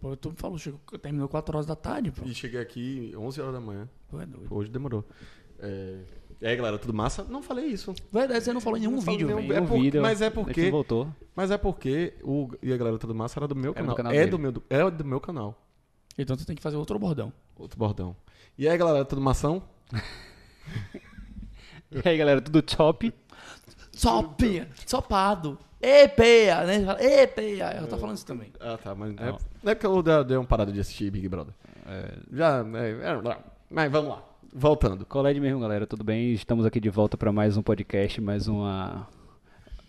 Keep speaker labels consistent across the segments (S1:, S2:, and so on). S1: Pô, tu me falou, chegou, terminou 4 horas da tarde, pô.
S2: E cheguei aqui 11 horas da manhã.
S1: Pô, é doido.
S2: Hoje demorou. É... E aí, galera, tudo massa? Não falei isso.
S1: Verdade, você não falou em nenhum
S2: Não falo
S1: vídeo,
S2: nenhum-
S1: velho.
S2: é
S3: Nenhum
S2: por-
S3: vídeo,
S2: mas é
S3: daqui
S2: porque-
S3: voltou.
S2: Mas é porque o e a galera tudo massa era do meu
S3: Era do
S2: canal.
S3: canal
S2: é
S3: dele.
S2: do meu é do meu canal.
S1: Então tu tem que fazer outro bordão.
S2: Outro bordão. E aí, galera, tudo mação?
S3: E aí, galera, tudo top.
S1: Sopinha, sopado. Epeia, né? Você fala, Epeia. Ela tá falando isso também.
S2: Ah, tá, mas
S3: Não.
S2: é, não é porque eu dei dei uma parada de assistir Big Brother. Já, é, é, lá. mas vamos lá. Voltando.
S3: Colégio mesmo, galera, tudo bem? Estamos aqui de volta para mais um podcast, mais uma...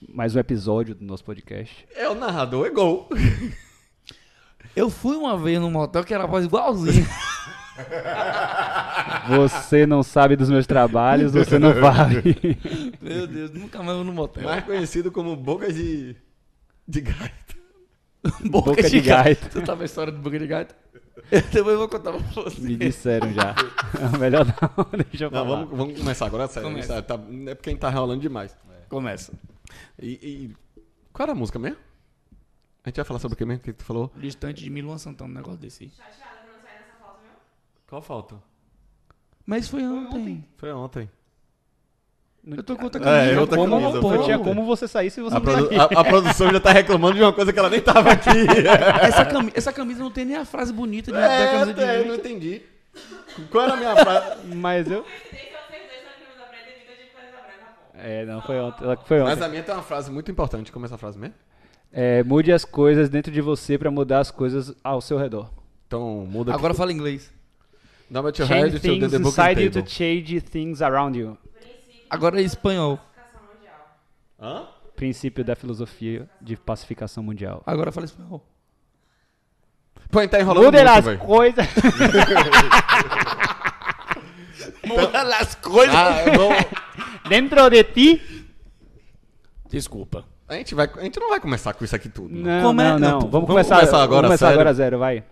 S3: Mais um episódio do nosso podcast.
S2: É o narrador, é gol.
S1: Eu fui uma vez num motel que era voz igualzinho.
S3: Você não sabe dos meus trabalhos, você não vale.
S1: Meu Deus, nunca mais vou num motel.
S2: Mais conhecido como boca de. de gaita.
S1: Boca,
S3: Boca de gaita.
S1: Tu tava a história do boca de gaita? Eu também vou contar pra
S3: Me
S1: você.
S3: disseram já. É Melhor não, deixa eu
S2: Não,
S3: falar.
S2: vamos, vamos começar agora, sério.
S1: Começa.
S2: sério, tá- é porque a gente tá rolando demais.
S1: Começa.
S2: E, e- Qual era a música mesmo? A gente vai falar sobre o que mesmo? O que que tu falou?
S1: Distante de mim, Luan Santana, um negócio desse. aí.
S4: Chateada que não sai nessa foto, viu?
S2: Qual falta?
S1: Mas foi ontem.
S2: Foi ontem.
S1: Eu tô contando
S2: É, eu tô
S3: Como,
S2: com
S3: não
S2: isso, foi
S3: tinha
S2: bom.
S3: como você sair se você
S2: A,
S3: não tá
S2: produ-
S3: aqui.
S2: a- a produção já tá reclamando de uma coisa que ela nem tava aqui.
S1: Essa, cami- essa camisa não tem nem a frase bonita de, da
S2: é,
S1: camisa de
S2: é, eu não
S1: mim.
S2: entendi. Qual era a minha frase?
S3: Mas eu...
S4: Desde que vocês dois são de camisa preta, eu digo que eu tive camisa branca, pô.
S3: É, não, foi ontem. Foi ontem.
S2: Mas a minha tem uma frase muito importante. Como é essa frase mesmo?
S3: É, mude as coisas dentro de você pra mudar as coisas ao seu redor.
S2: Então, muda
S1: Agora fala inglês.
S2: Number two
S3: Change
S2: head to
S3: things
S2: the book
S3: inside you
S2: table.
S3: to change things around you.
S4: Princípio
S1: Agora é espanhol.
S4: de classificação mundial.
S2: Hã?
S3: Princípio da filosofia de pacificação mundial.
S1: Agora fala espanhol.
S2: Pô, ele tá enrolando
S3: Mude
S2: muito,
S3: as
S2: velho.
S3: coisas.
S1: Muda as coisas.
S2: Ah, eu vou...
S3: Dentro de ti?
S1: Desculpa.
S2: a, gente vai... a gente não vai começar com isso aqui tudo. não.
S3: Não,
S1: Como é-
S3: não,
S1: não,
S3: não.
S1: tu-
S3: Vamos,
S2: vamos
S3: começar,
S2: começar
S3: agora,
S2: agora,
S3: vamos começar
S2: sério?
S3: agora zero, vai.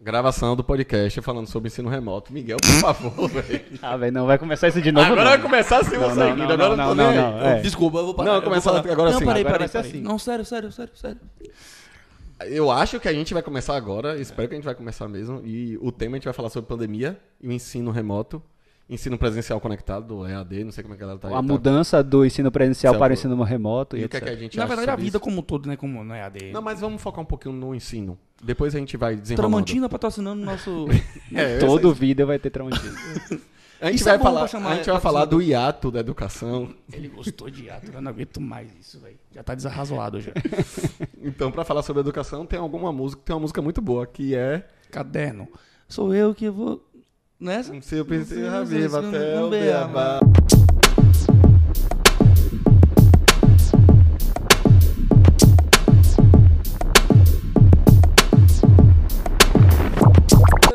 S2: Gravação do podcast falando sobre ensino remoto. Miguel, por favor, velho.
S3: Ah, velho, não vai começar isso de novo.
S2: Agora
S3: não.
S2: vai começar assim,
S3: Não,
S2: você
S3: não,
S2: aqui.
S3: não,
S2: Agora
S3: não,
S2: eu
S3: não,
S2: tô
S3: não,
S2: nem aí.
S3: não, é.
S1: Desculpa, eu vou parar.
S2: Não,
S1: eu vou
S2: começa
S1: falar.
S2: agora
S1: Não,
S2: sim,
S1: parei,
S3: agora
S1: parei,
S3: vai ser
S1: parei.
S3: assim.
S1: Não, sério, sério, sério, sério.
S2: Eu acho que a gente vai começar agora, espero que a gente vai começar mesmo. E o tema a gente vai falar sobre pandemia e o ensino remoto, ensino presencial conectado, EAD, não sei como é que a galera tá aí.
S3: A
S2: tá?
S3: mudança do ensino presencial
S2: Certo.
S3: para o ensino remoto
S2: E
S3: e
S2: o que é que a
S3: etc.
S2: gente
S1: Na
S2: acha
S1: verdade, a
S2: sobre
S1: vida
S2: isso?
S1: como um todo, né? Como não é a de...
S2: Não, mas vamos focar um pouquinho no ensino. Depois a gente vai desenrolando.
S1: Tramontina patrocinando o nosso...
S2: É, eu
S3: Todo vídeo vai ter traumatismo.
S2: sei. A gente
S1: Isso
S2: vai
S1: é bom
S2: falar,
S1: pra chamar
S2: a gente vai
S1: patrocinador.
S2: falar do hiato da educação.
S1: Ele gostou de ato, eu não aguento mais isso, velho. Já tá desarrazoado já.
S2: Então, pra falar sobre educação, tem alguma música, tem uma música muito boa que é
S1: Caderno. Sou eu que vou... Nessa?
S2: Não sei, eu pensei,
S1: Não sei,
S2: ah,
S1: não sei,
S2: viva
S1: não
S2: até o
S1: beaba.
S2: beabá.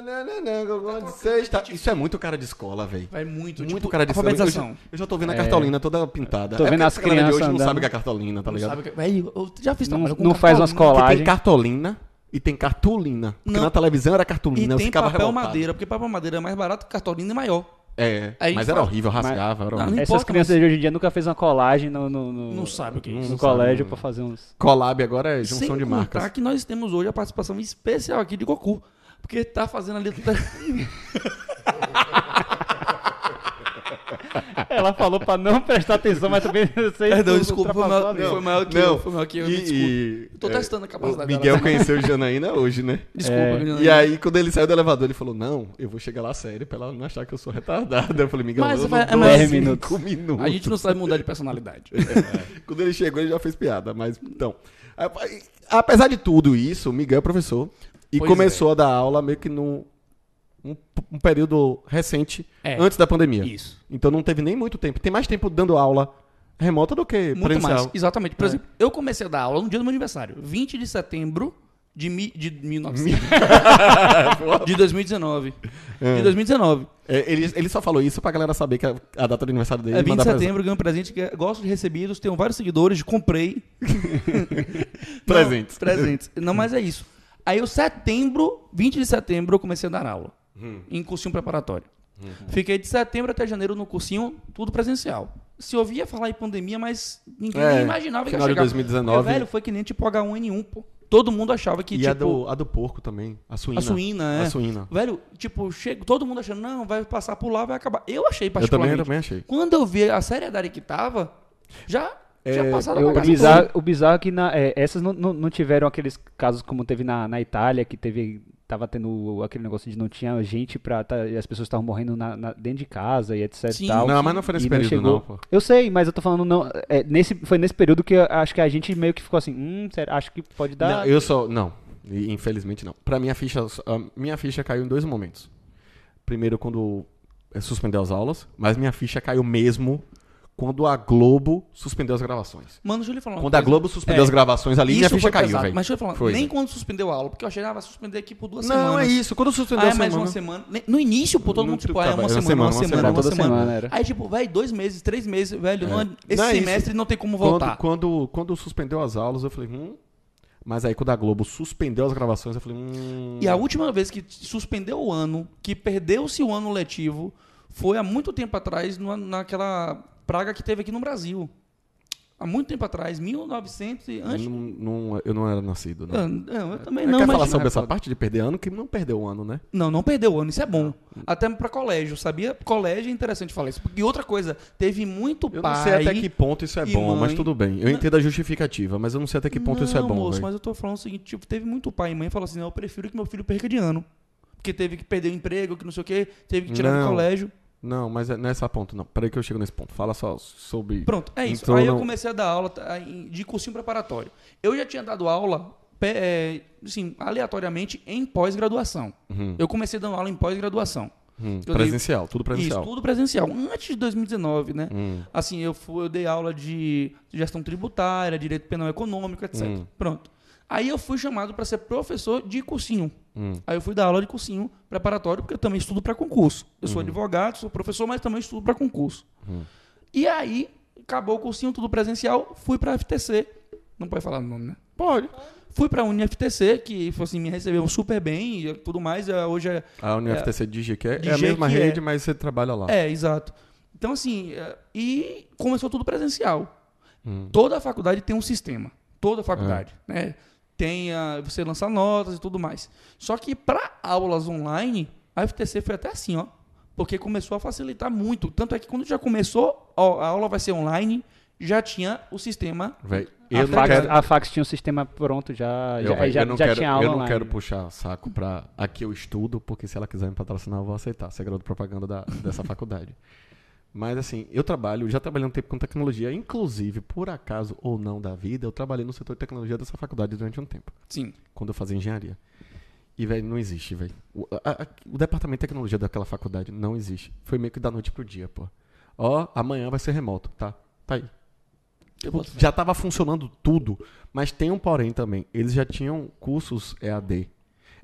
S2: Nananã, gogó de sexta. Isso é muito cara de escola, velho.
S1: Vai muito,
S2: Muito
S1: tipo,
S2: cara de escola. Eu
S1: alfabetização. É.
S2: já- Eu já tô vendo a cartolina toda pintada.
S3: Tô
S2: É
S3: vendo
S2: porque
S3: as
S2: essa galera de hoje
S3: crianças
S2: não
S3: andando.
S2: sabe o que é cartolina, tá
S1: Não
S2: ligado?
S1: sabe o que- Velho, eu já fiz
S3: Não-
S1: trabalho com
S3: não faz umas
S1: cartolina.
S3: colagens.
S2: Porque
S3: colagem.
S2: tem cartolina e tem cartolina. Porque
S1: Não.
S2: na televisão era cartolina,
S1: E
S2: eu
S1: tem
S2: ficava
S1: papel
S2: revoltado.
S1: madeira, porque papel madeira é mais barato, cartolina é maior.
S2: É,
S1: Aí
S2: mas
S1: fala-
S2: era horrível, rasgava, era
S1: Não,
S2: horrível.
S1: não
S3: Essas
S1: importa,
S3: crianças de hoje em dia nunca fez uma colagem no, no, no-
S1: Não sabe o que é
S3: no
S1: isso.
S2: não
S3: colégio
S2: sabe,
S3: pra fazer uns.
S2: Collab agora é junção
S1: Sem
S2: de
S1: contar
S2: marcas.
S1: que nós temos hoje a participação especial aqui de Goku. Porque tá fazendo ali.
S3: Ela falou pra não prestar atenção, mas
S2: É,
S3: também sei
S1: Perdão, É, desculpa, foi maior,
S2: Não,
S1: foi maior que
S2: não.
S1: eu. Foi maior que eu, me
S2: E-
S1: desculpa.
S2: e- é,
S1: Eu tô testando a
S2: O
S1: capacidade
S2: Miguel
S1: dela.
S2: conheceu Janaína hoje, né?
S1: Desculpa,
S3: É.
S1: menina.
S2: E aí, quando ele saiu do elevador, ele falou: Não, eu vou chegar lá sério pra ela não achar que eu sou retardada. Eu falei: Miguel,
S1: Mas
S2: eu
S1: vai-
S2: não dou
S3: mas-
S2: cinco minutos.
S1: A gente não sabe mudar de personalidade.
S2: É. Quando ele chegou, ele já fez piada, mas então. a- Apesar de tudo isso, o Miguel é professor e
S1: Pois é.
S2: começou a dar aula meio que num um, um período recente,
S1: É.
S2: antes da pandemia.
S1: Isso.
S2: Então não teve nem muito tempo. Tem mais tempo dando aula remota do que
S1: Muito
S2: presencial.
S1: mais. Exatamente.
S2: É.
S1: Por exemplo, eu comecei a dar aula no dia do meu aniversário, 20 de setembro de, mi, de 1900. de 2019. De 2019.
S2: É, ele, ele só falou isso pra galera saber que a, a data do aniversário dele
S1: É 20 de
S2: mandar
S1: setembro, ganho um presente que é- gosto de recebidos, tenho vários seguidores, comprei. Não,
S2: Presentes.
S1: presentes. Não, mas é isso. Aí eu setembro, 20 de setembro, eu comecei a dar aula.
S2: Hum.
S1: Em cursinho preparatório. Fiquei de setembro até janeiro no cursinho, tudo presencial. Se ouvia falar em pandemia, mas ninguém
S2: É,
S1: nem imaginava que ia
S2: final de
S1: chegar.
S2: 2019.
S1: Porque, velho, foi que nem tipo H1N1, pô. Todo mundo achava que,
S2: e
S1: tipo,
S2: a, do, a do porco também. A suína.
S1: a suína, é.
S2: A suína.
S1: Velho, tipo, chega, todo mundo achando, não, vai passar por lá, vai acabar. Eu achei
S2: Eu também,
S1: particularmente.
S2: também achei.
S1: Quando eu vi a seriedade que tava, já tinha
S2: É,
S1: passado
S3: Eu-
S1: a
S3: o,
S1: bagaça
S3: bizarro,
S1: toda.
S3: o bizarro é que na- é, essas não, não- não tiveram aqueles casos como teve na, na Itália, que teve. Tava tendo aquele negócio de não tinha gente pra. tá- e as pessoas estavam morrendo na- na- dentro de casa e etc. e
S1: Sim.
S3: tal.
S2: Não, mas não foi nesse
S3: E
S2: período,
S3: chegou.
S2: não, pô.
S3: Eu sei, mas eu tô falando não. é, nesse, foi nesse período que eu acho que a gente meio que ficou assim, hum, sério, acho que pode dar.
S2: Não, eu só. Não. E, Infelizmente não. Pra mim, a ficha. A minha ficha caiu em dois momentos. Primeiro, quando eh, suspendeu as aulas, mas minha ficha caiu mesmo quando a Globo suspendeu as gravações.
S1: Mano, deixa eu lhe falar uma
S2: Quando a
S1: coisa.
S2: Globo suspendeu
S1: É,
S2: as gravações ali, minha
S1: isso
S2: ficha
S1: foi
S2: caiu,
S1: pesado,
S2: velho.
S1: Mas deixa eu falar,
S2: Foi,
S1: nem
S2: velho.
S1: quando suspendeu a aula, porque eu achei, ah, vai suspender aqui por duas
S2: Não,
S1: semanas.
S2: é isso. Quando suspendeu
S1: Ah,
S2: a
S1: é mais
S2: semana...
S1: uma semana. Nem- No início, pô, todo
S2: Não,
S1: mundo, tipo,
S2: tipo,
S1: ah, é
S2: tava-
S1: uma semana, uma semana, uma
S3: toda
S1: semana.
S3: semana, era.
S1: Aí, tipo, vai, dois meses, três meses, velho. não- esse
S2: Não, é isso.
S1: semestre não tem como
S2: Quando,
S1: voltar.
S2: quando, quando suspendeu as aulas, eu falei, hum. Mas aí quando a Globo suspendeu as gravações, eu falei, hum.
S1: E a última vez que suspendeu o ano, que perdeu-se o ano letivo, foi há muito tempo atrás, numa- naquela praga que teve aqui no Brasil. Há muito tempo atrás, 1900 e antes.
S2: Não, não- eu não era nascido, né?
S1: Ah, Não, eu também
S2: Não,
S1: não, é
S2: Quer
S1: mas-
S2: falar sobre essa parte de perder ano? Que não perdeu o ano, né?
S1: Não, não perdeu o ano, isso é bom. Até pra colégio, sabia? Colégio é interessante falar isso. E outra coisa, teve muito
S2: Eu
S1: pai...
S2: não sei até que ponto isso é
S1: e
S2: bom, mas
S1: mãe-
S2: tudo bem. Eu entendo a justificativa, mas eu não sei até que ponto isso é
S1: Não,
S2: bom.
S1: moço,
S2: velho.
S1: mas eu tô falando o seguinte, tipo, teve muito pai e mãe que falou assim, não, eu prefiro que meu filho perca de ano. Porque teve que perder o emprego, que não sei o quê, teve que tirar do
S2: Não.
S1: colégio.
S2: Não, mas é- não é esse ponto, não. Peraí que eu chego nesse ponto. Fala só sobre.
S1: Pronto, é isso.
S2: Então
S1: aí eu
S2: não-
S1: comecei a dar aula tá, em- de cursinho preparatório. Eu já tinha dado aula, pe- é, assim, aleatoriamente em pós-graduação.
S2: Uhum,
S1: Eu comecei dando aula em pós-graduação.
S2: uhum.
S1: eu
S2: Presencial, tudo presencial.
S1: Isso, tudo presencial. Antes de 2019, né?
S2: Hum.
S1: Assim, eu, fui, eu dei aula de gestão tributária, direito penal econômico, etc.
S2: Hum.
S1: Pronto. Aí eu fui chamado para ser professor de cursinho.
S2: Hum.
S1: Aí eu fui dar aula de cursinho preparatório, porque eu também estudo para concurso. Eu
S2: Hum.
S1: sou advogado, sou professor, mas também estudo para concurso. E aí, acabou o cursinho, tudo presencial, fui para a FTC. Não pode falar o nome, né?
S2: Pode.
S1: Fui para a UniFTC, que foi assim, me recebeu super bem e tudo mais. eh, Hoje é
S2: A UniFTC Digi, que é, é a
S1: Digi
S2: mesma
S1: que é.
S2: rede, mas você trabalha lá.
S1: É, exato. Então, assim, é, e começou tudo presencial.
S2: Hum.
S1: Toda a faculdade tem um sistema. Toda a faculdade,
S2: É.
S1: né? Tem a, você lança notas e tudo mais. Só que para aulas online, a FTC foi até assim, ó. Porque começou a facilitar muito. Tanto é que quando já começou, ó, a aula vai ser online, já tinha o sistema.
S2: Véi,
S3: a,
S2: eu não
S3: fax,
S2: quero.
S3: a fax tinha um sistema pronto já.
S2: Eu,
S3: já,
S2: véi,
S3: já,
S2: eu não,
S3: já
S2: quero,
S3: tinha aula
S2: eu não
S3: online.
S2: quero puxar saco pra. Aqui eu estudo, porque se ela quiser me patrocinar, eu vou aceitar. Segredo propaganda da, dessa faculdade. Mas assim, eu trabalho, já trabalhei um tempo com tecnologia, inclusive, por acaso ou não da vida, eu trabalhei no setor de tecnologia dessa faculdade durante um tempo,
S1: Sim.
S2: quando eu fazia engenharia. E, velho, não existe, velho. O, a- a- o departamento de tecnologia daquela faculdade não existe. Foi meio que da noite pro dia, pô. Ó, amanhã vai ser remoto, tá? Tá aí. Tipo,
S1: Eu boto fé.
S2: Já estava funcionando tudo, mas tem um porém também. Eles já tinham cursos EAD.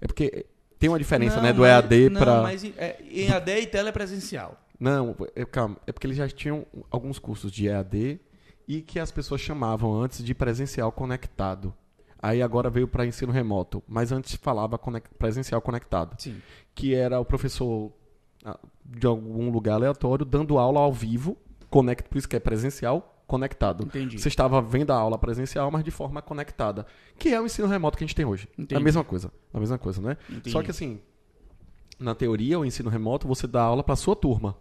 S2: É porque tem uma diferença,
S1: Não,
S2: né, do
S1: mas-
S2: EAD
S1: não,
S2: para
S1: Mas é, em AD e telepresencial.
S2: Não, é- calma, é porque eles já tinham alguns cursos de EAD e que as pessoas chamavam antes de presencial conectado. Aí agora veio para ensino remoto, mas antes falava conec- presencial conectado
S1: Sim.
S2: que era o professor ah, de algum lugar aleatório dando aula ao vivo, conect, por isso que é presencial, conectado.
S1: Entendi.
S2: Você estava vendo a aula presencial, mas de forma conectada, que é o ensino remoto que a gente tem hoje. É a
S1: Entendi.
S2: mesma coisa, a mesma coisa, né?
S1: Entendi.
S2: Só que assim, na teoria, o ensino remoto você dá aula para sua turma,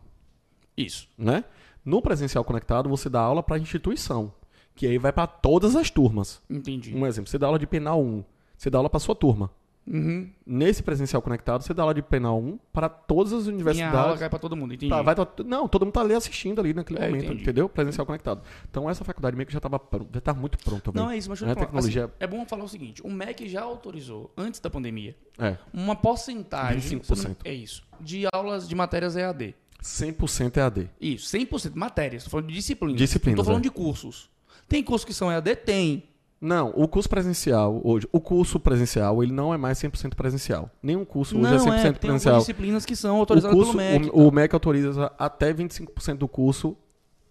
S1: Isso.
S2: né? No presencial conectado você dá aula para a instituição, que aí vai para todas as turmas.
S1: Entendi.
S2: Um exemplo, você dá aula de penal 1, você dá aula para sua turma.
S1: Uhum.
S2: Nesse presencial conectado, você dá aula de penal 1 para todas as
S1: Minha aula
S2: universidades.
S1: cai pra todo mundo, entendi.
S2: Tá, vai, tá- não, todo mundo tá ali assistindo ali naquele
S1: É,
S2: momento,
S1: entendi.
S2: entendeu? Presencial conectado. Então essa faculdade meio que já tava pronta, já tava muito pronta, velho.
S1: Não é isso, mas deixa
S2: É
S1: eu te falar.
S2: tecnologia-
S1: Assim, é bom falar o seguinte: o MEC já autorizou, antes da pandemia,
S2: É,
S1: uma porcentagem.
S2: 25%.
S1: É isso. De aulas de matérias EAD.
S2: 100% EAD.
S1: Isso, 100% matérias. Tô falando de disciplinas.
S2: Disciplinas,
S1: Tô falando
S2: é.
S1: de cursos. Tem cursos que são EAD? Tem.
S2: Não, o curso presencial hoje, o curso presencial, ele não é mais 100% presencial. Nenhum curso hoje é
S1: Não,
S2: 100%
S1: é, tem algumas
S2: presencial.
S1: disciplinas que são
S2: O,
S1: autorizadas
S2: curso,
S1: pelo MEC. tá?
S2: o, o MEC autoriza até 25% do curso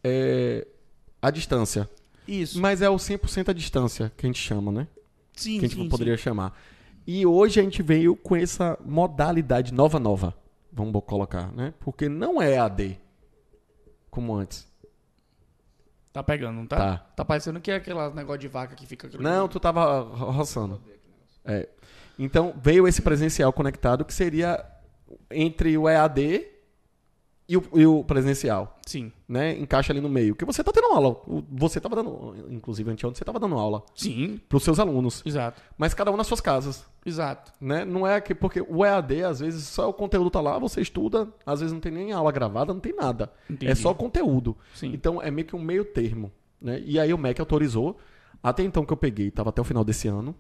S2: é, à distância.
S1: Isso.
S2: Mas é o 100% à distância que a gente chama, né?
S1: sim,
S2: que a gente
S1: sim,
S2: poderia chamar. E hoje a gente veio com essa modalidade nova nova, vamos bo- colocar, né? Porque não é AD como antes.
S1: sim. Tá pegando, não tá?
S2: Tá.
S1: Tá parecendo que é aquele negócio de vaca que fica.
S2: Não, tu tava ro- roçando. É. Então veio esse presencial conectado que seria entre o EAD e o, e o presencial,
S1: Sim,
S2: né? Encaixa ali no meio. Que você tá tendo aula. O- Você tava dando, inclusive anteontem, você tava dando aula
S1: sim,
S2: para os seus alunos,
S1: exato,
S2: mas cada um nas suas casas,
S1: exato.
S2: né? Não é que porque o EAD às vezes só o conteúdo tá lá, você estuda, às vezes não tem nem aula gravada, não tem nada.
S1: Entendi.
S2: É só conteúdo.
S1: Sim.
S2: Então é meio que um meio termo. Né? E aí o MEC autorizou. Até então que eu peguei, estava até o final desse ano,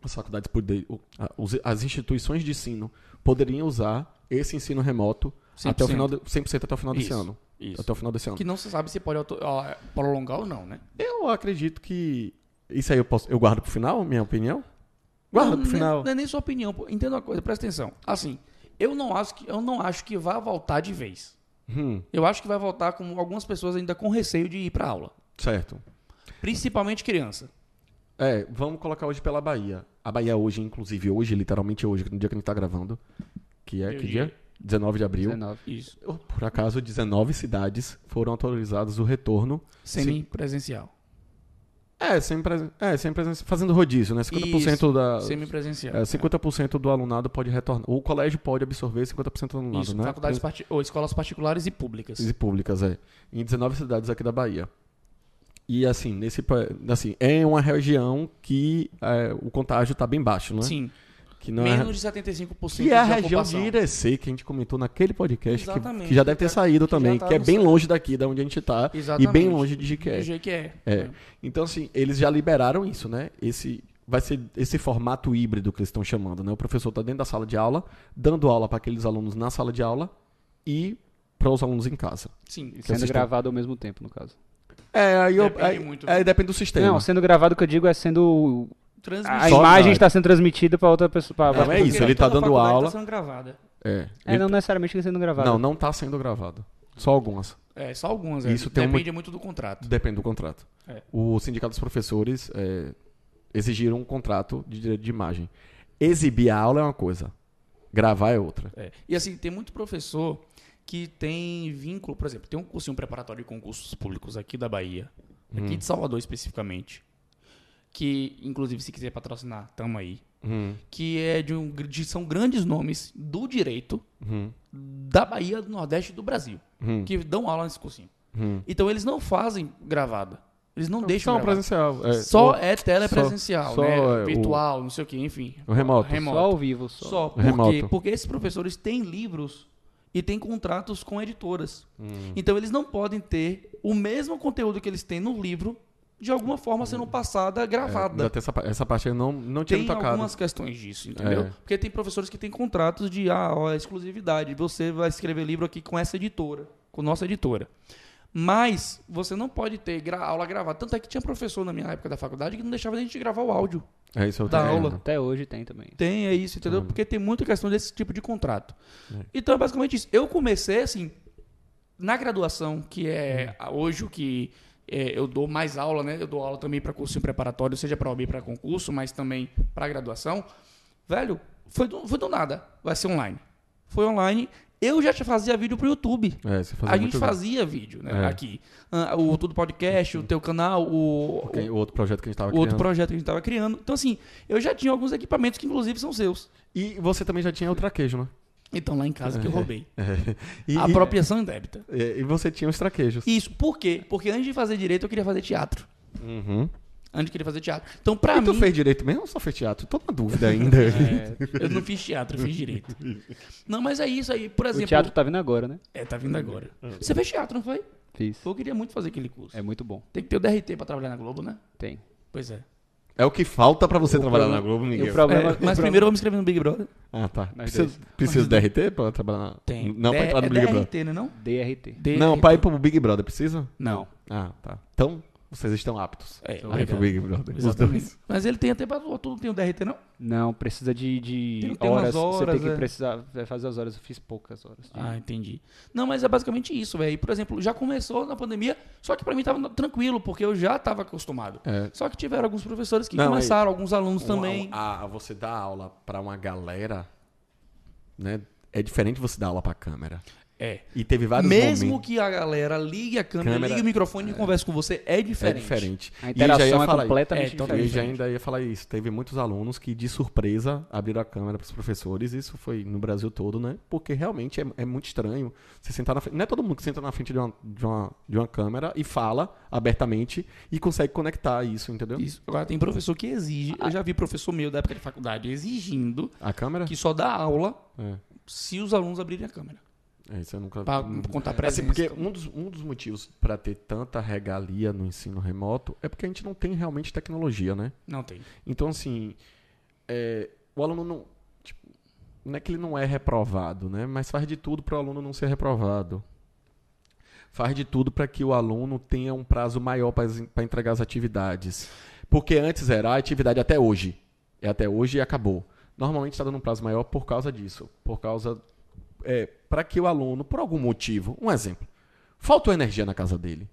S2: as faculdades poder, o- a- os- as instituições de ensino poderiam usar esse ensino remoto até o
S1: 100%.
S2: final de, 100% até o final desse
S1: Isso,
S2: ano.
S1: isso.
S2: Até o final desse ano.
S1: Que não se sabe se pode auto- ó, prolongar ou não, né?
S2: Eu acredito que isso aí eu posso, eu guardo pro final, minha opinião. Guarda
S1: não,
S2: pro final.
S1: Não é, não é nem sua opinião. pô. Entenda uma coisa, presta atenção. Assim, eu não acho que, eu não acho que vá voltar de vez.
S2: Hum,
S1: Eu acho que vai voltar com algumas pessoas ainda com receio de ir pra aula.
S2: certo.
S1: Principalmente criança.
S2: É, vamos colocar hoje pela Bahia. A Bahia hoje, inclusive hoje, literalmente hoje, no dia que a gente tá gravando, que é
S1: Eu
S2: que
S1: diria.
S2: dia? 19 de abril.
S3: 19.
S1: Isso.
S2: Oh, Por acaso, 19 cidades foram autorizadas o retorno.
S1: Semipresencial.
S2: É, sem, presen- é, sem presença, fazendo rodízio, né? 50% da.
S1: Semipresencial.
S2: é, 50% do alunado pode retornar. O colégio pode absorver 50% do alunado,
S1: Isso,
S2: né?
S1: faculdades parti- ou escolas particulares e públicas.
S2: e públicas, é. Em 19 cidades aqui da Bahia. E assim, nesse pa- assim, é uma região que é, o contágio está bem baixo, né?
S1: Sim.
S2: Que não é
S1: menos de 75%
S2: que é a
S1: de
S2: região de
S1: ocupação.
S2: Irecê, que a gente comentou naquele podcast, que- que,
S1: Exatamente.
S2: já deve ter
S1: Que já-
S2: saído
S1: que já
S2: também,
S1: tá
S2: que é
S1: no
S2: bem
S1: céu.
S2: longe daqui, da onde a gente está, e
S1: Exatamente.
S2: bem longe de Jiqué.
S1: Do jeito que é.
S2: É. Então, assim, eles já liberaram isso, né? Esse vai ser esse formato híbrido que eles estão chamando, né? O professor está dentro da sala de aula, dando aula para aqueles alunos na sala de aula e para os alunos em casa.
S1: Sim.
S3: Sendo
S2: assistam.
S3: gravado ao mesmo tempo, no caso.
S2: É, aí eu-
S1: Depende
S2: aí-
S1: muito.
S2: aí depende do sistema.
S3: Não, sendo gravado, o que eu digo é sendo. A
S1: Transmissão.
S2: Só
S3: imagem
S2: na-
S3: está sendo transmitida para outra pessoa. pra- pra-
S2: é isso, ele tá dando aula.
S1: Tá sendo gravada.
S2: É.
S3: É, não necessariamente que sendo gravado.
S2: não, não está sendo gravado. Só algumas.
S1: É, só algumas.
S2: Isso
S1: Isso
S2: tem uma-
S1: Depende muito do contrato.
S2: Depende do contrato.
S1: É.
S2: O sindicato dos professores é, exigiram um contrato de direito de imagem. Exibir a aula é uma coisa, gravar é outra.
S1: É. E assim, tem muito professor que tem vínculo, por exemplo, tem um cursinho preparatório de concursos públicos aqui da Bahia,
S2: Hum.
S1: aqui de Salvador especificamente, que inclusive se quiser patrocinar, tamo aí, que é de um de- são grandes nomes do direito
S2: Uhum.
S1: da Bahia, do Nordeste e do Brasil, que dão aula nesse cursinho.
S2: Hum.
S1: Então eles não fazem gravada. Eles não deixam
S2: Só
S1: gravada.
S2: presencial. é,
S1: Só
S2: o-
S1: é telepresencial,
S2: só
S1: né?
S2: é o-
S1: virtual, não sei o que, enfim.
S2: O remoto.
S3: Só ao vivo. Só.
S1: Só porque,
S2: É Remoto.
S1: porque esses professores têm livros e têm contratos com editoras. Então eles não podem ter o mesmo conteúdo que eles têm no livro de alguma forma sendo
S2: É,
S1: passada
S2: ainda
S1: gravada.
S2: tem essa, pa- essa parte eu não, não tinha
S1: tem
S2: me tocado.
S1: algumas questões disso, entendeu?
S2: É.
S1: Porque tem professores que têm contratos de ah, ó, exclusividade. Você vai escrever livro aqui com essa editora, com nossa editora. Mas você não pode ter gra- aula gravada. Tanto é que tinha professor na minha época da faculdade que não deixava a gente gravar o áudio.
S2: É isso eu
S1: da
S2: tenho.
S1: aula.
S3: Até hoje tem também.
S1: Tem, é isso,
S2: Ah.
S1: entendeu? Porque tem muita questão desse tipo de contrato. Então é basicamente isso. Eu comecei assim, na graduação, que é
S2: Hum.
S1: a- hoje o que é, eu dou mais aula, né? Eu dou aula também para cursinho preparatório, seja para OB para concurso, mas também para graduação. Velho, foi do, foi do nada. Vai ser online. Foi online. Eu já fazia vídeo pro YouTube.
S2: É, você fazia
S1: A gente
S2: muito
S1: fazia vídeo, né?
S2: É.
S1: Aqui. Ah, O Tudo Podcast, o teu canal, o.
S2: bem. O outro projeto que a gente tava
S1: o outro
S2: criando.
S1: projeto que a gente estava criando. Então, assim, eu já tinha alguns equipamentos que, inclusive, são seus.
S2: E você também já tinha o traquejo, né?
S1: Então, lá em casa que eu roubei.
S2: E,
S1: a
S2: e-
S1: apropriação indébita.
S2: é, e você tinha os traquejos.
S1: Isso, por quê? Porque antes de fazer direito, eu queria fazer teatro.
S2: Uhum.
S1: Antes eu queria fazer teatro. Então, pra
S2: E tu
S1: mim,
S2: fez direito mesmo ou só fez teatro? Tô na dúvida ainda.
S1: é, eu não fiz teatro, eu fiz direito. Não, mas é isso aí. Por exemplo.
S3: O teatro tá vindo agora, né?
S1: É, tá vindo agora. Você fez teatro, não foi?
S3: Fiz.
S1: Eu queria muito fazer aquele curso.
S3: É muito bom.
S1: Tem que ter o DRT pra trabalhar na Globo, né?
S3: Tem.
S1: Pois é.
S2: É o que falta pra você trabalhar
S3: problema-
S2: na Globo,
S3: E
S2: Miguel.
S3: o problema,
S1: É, mas
S3: o
S1: primeiro eu vou me inscrever no Big Brother.
S2: Ah, tá.
S3: Nós
S2: Precisa, precisa de DRT pra trabalhar na...
S1: Tem.
S2: Não, pra
S1: D-
S2: entrar no
S1: é
S2: Big Brother.
S1: DRT, né? Não?
S3: problema- DRT.
S1: DRT.
S2: Não, pra ir pro Big Brother, precisa?
S1: Não.
S2: Ah, tá. Então, vocês estão aptos
S1: É,
S2: a ir pro
S1: obrigado.
S2: Big Brother. Os dois.
S1: Exatamente. Mas ele tem até pra tu não tem o DRT, não?
S3: Não, precisa de, de
S1: Tem- tem
S3: horas.
S1: umas
S3: Você tem
S1: horas,
S3: que
S1: é.
S3: precisar vai fazer as horas. Eu fiz poucas horas. de-
S1: Ah, entendi. Não, mas é basicamente isso, velho. E, Por exemplo, já começou na pandemia, só que pra mim tava tranquilo, porque eu já tava acostumado.
S2: É.
S1: Só que tiveram alguns professores que
S2: Não,
S1: começaram, alguns alunos também.
S2: Um- a- a você dar aula pra uma galera, né? É diferente você dar aula pra câmera.
S1: É.
S2: E teve vários
S1: Mesmo
S2: momentos.
S1: que a galera ligue a câmera,
S2: Câmera-
S1: ligue o microfone e converse com você, é diferente.
S2: É diferente.
S3: A
S2: E já ia
S3: interação é
S2: falar-
S3: completamente
S1: É, então
S2: Eu
S3: diferente.
S2: já ainda ia falar isso. Teve muitos alunos que, de surpresa, abriram a câmera para os professores. Isso foi no Brasil todo, né? Porque realmente é, é muito estranho você sentar na frente. Não é todo mundo que senta na frente de uma, de uma, de uma câmera e fala abertamente e consegue conectar isso, entendeu?
S1: Isso. Agora tem professor que exige. Eu já vi professor meu da época de faculdade exigindo
S2: A câmera?
S1: que só dá aula
S2: É.
S1: se os alunos abrirem a câmera.
S2: É, isso eu nunca
S1: Pra
S2: não-
S3: tá
S1: contar
S2: Assim,
S1: presença.
S2: porque um dos, um dos motivos para ter tanta regalia no ensino remoto é porque a gente não tem realmente tecnologia, né?
S1: Não tem.
S2: Então, assim, é, o aluno não. tipo, não é que ele não é reprovado, né? Mas faz de tudo para o aluno não ser reprovado. Faz de tudo para que o aluno tenha um prazo maior para entregar as atividades. Porque antes era a atividade até hoje. É até hoje e acabou. Normalmente está dando um prazo maior por causa disso. Por causa. É, para que o aluno, por algum motivo, um exemplo, faltou energia na casa dele.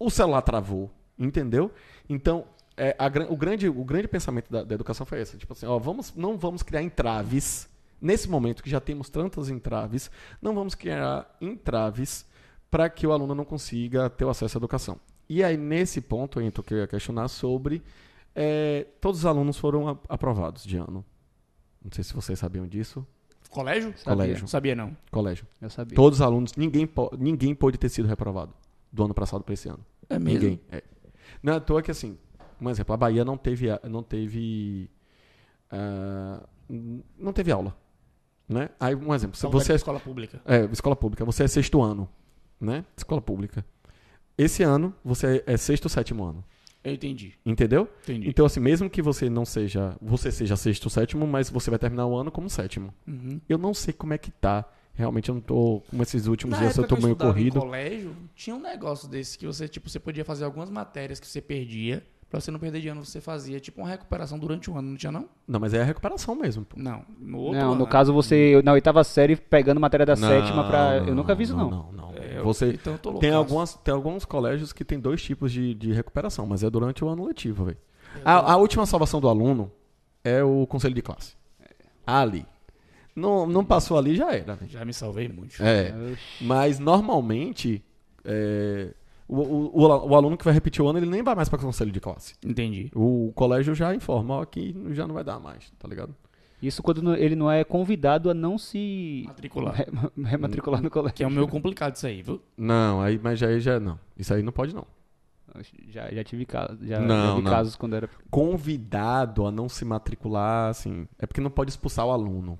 S2: O celular travou, entendeu? Então, é, a gran- o, grande, o grande pensamento da, da educação foi esse. Tipo assim, ó, vamos, não vamos criar entraves. Nesse momento que já temos tantas entraves, não vamos criar entraves para que o aluno não consiga ter o acesso à educação. E aí, nesse ponto, Ento, que eu ia questionar sobre. é, todos os alunos foram a- aprovados de ano. Não sei se vocês sabiam disso.
S1: Colégio?
S3: Sabia.
S2: Colégio.
S1: Sabia não.
S2: Colégio.
S3: Eu sabia.
S2: Todos os alunos, ninguém, po- ninguém pôde ter sido reprovado do ano passado para esse ano.
S1: É
S2: Ninguém. É. Não é à toa que, assim, um exemplo, a Bahia não teve, a- não teve, ah, n- não teve aula, né? Aí, um exemplo, se você é,
S1: escola pública.
S2: é, escola pública, você é sexto ano, né? Escola pública. Esse ano, você é sexto, sétimo ano,
S1: Eu entendi.
S2: entendeu?
S1: Entendi.
S2: Então, assim, mesmo que você não seja, você seja sexto, sétimo, mas você vai terminar o ano como sétimo.
S1: Uhum.
S2: Eu não sei como é que tá. Realmente, eu não tô, como esses últimos dias eu
S1: época
S2: tô
S1: que
S2: meio
S1: estudava em
S2: corrido.
S1: colégio, tinha um negócio desse que você, tipo, você podia fazer algumas matérias que você perdia. Pra você não perder de ano, você fazia tipo uma recuperação durante o ano, não tinha não?
S2: Não, mas é a recuperação mesmo, pô.
S1: Não. No outro
S3: Não,
S1: ano. né?
S3: no caso você, na oitava série, pegando matéria da sétima pra. Eu nunca vi isso, não.
S2: Não, não.
S1: É,
S2: Você
S1: então eu tô louco.
S2: tem algumas, tem alguns colégios que tem dois tipos de, de recuperação, mas é durante o ano letivo, velho. A, a última salvação do aluno é o conselho de classe. Ali. Não, não passou ali, já era. véi.
S1: Já me salvei muito.
S2: É. Mas normalmente é, o, o, o, o aluno que vai repetir o ano, ele nem vai mais para conselho de classe.
S1: Entendi.
S2: O colégio já informa, ó, que já não vai dar mais, tá ligado?
S3: Isso quando não- ele não é convidado a não se
S1: Matricular.
S3: re- rematricular no colégio.
S1: Que é o meu complicado isso aí, viu?
S2: Não, aí, mas já, aí já não. Isso aí não pode não.
S3: Já, já tive casos. Já,
S2: Não,
S3: já vi
S2: não.
S3: casos quando era.
S2: convidado a não se matricular, assim, é porque não pode expulsar o aluno.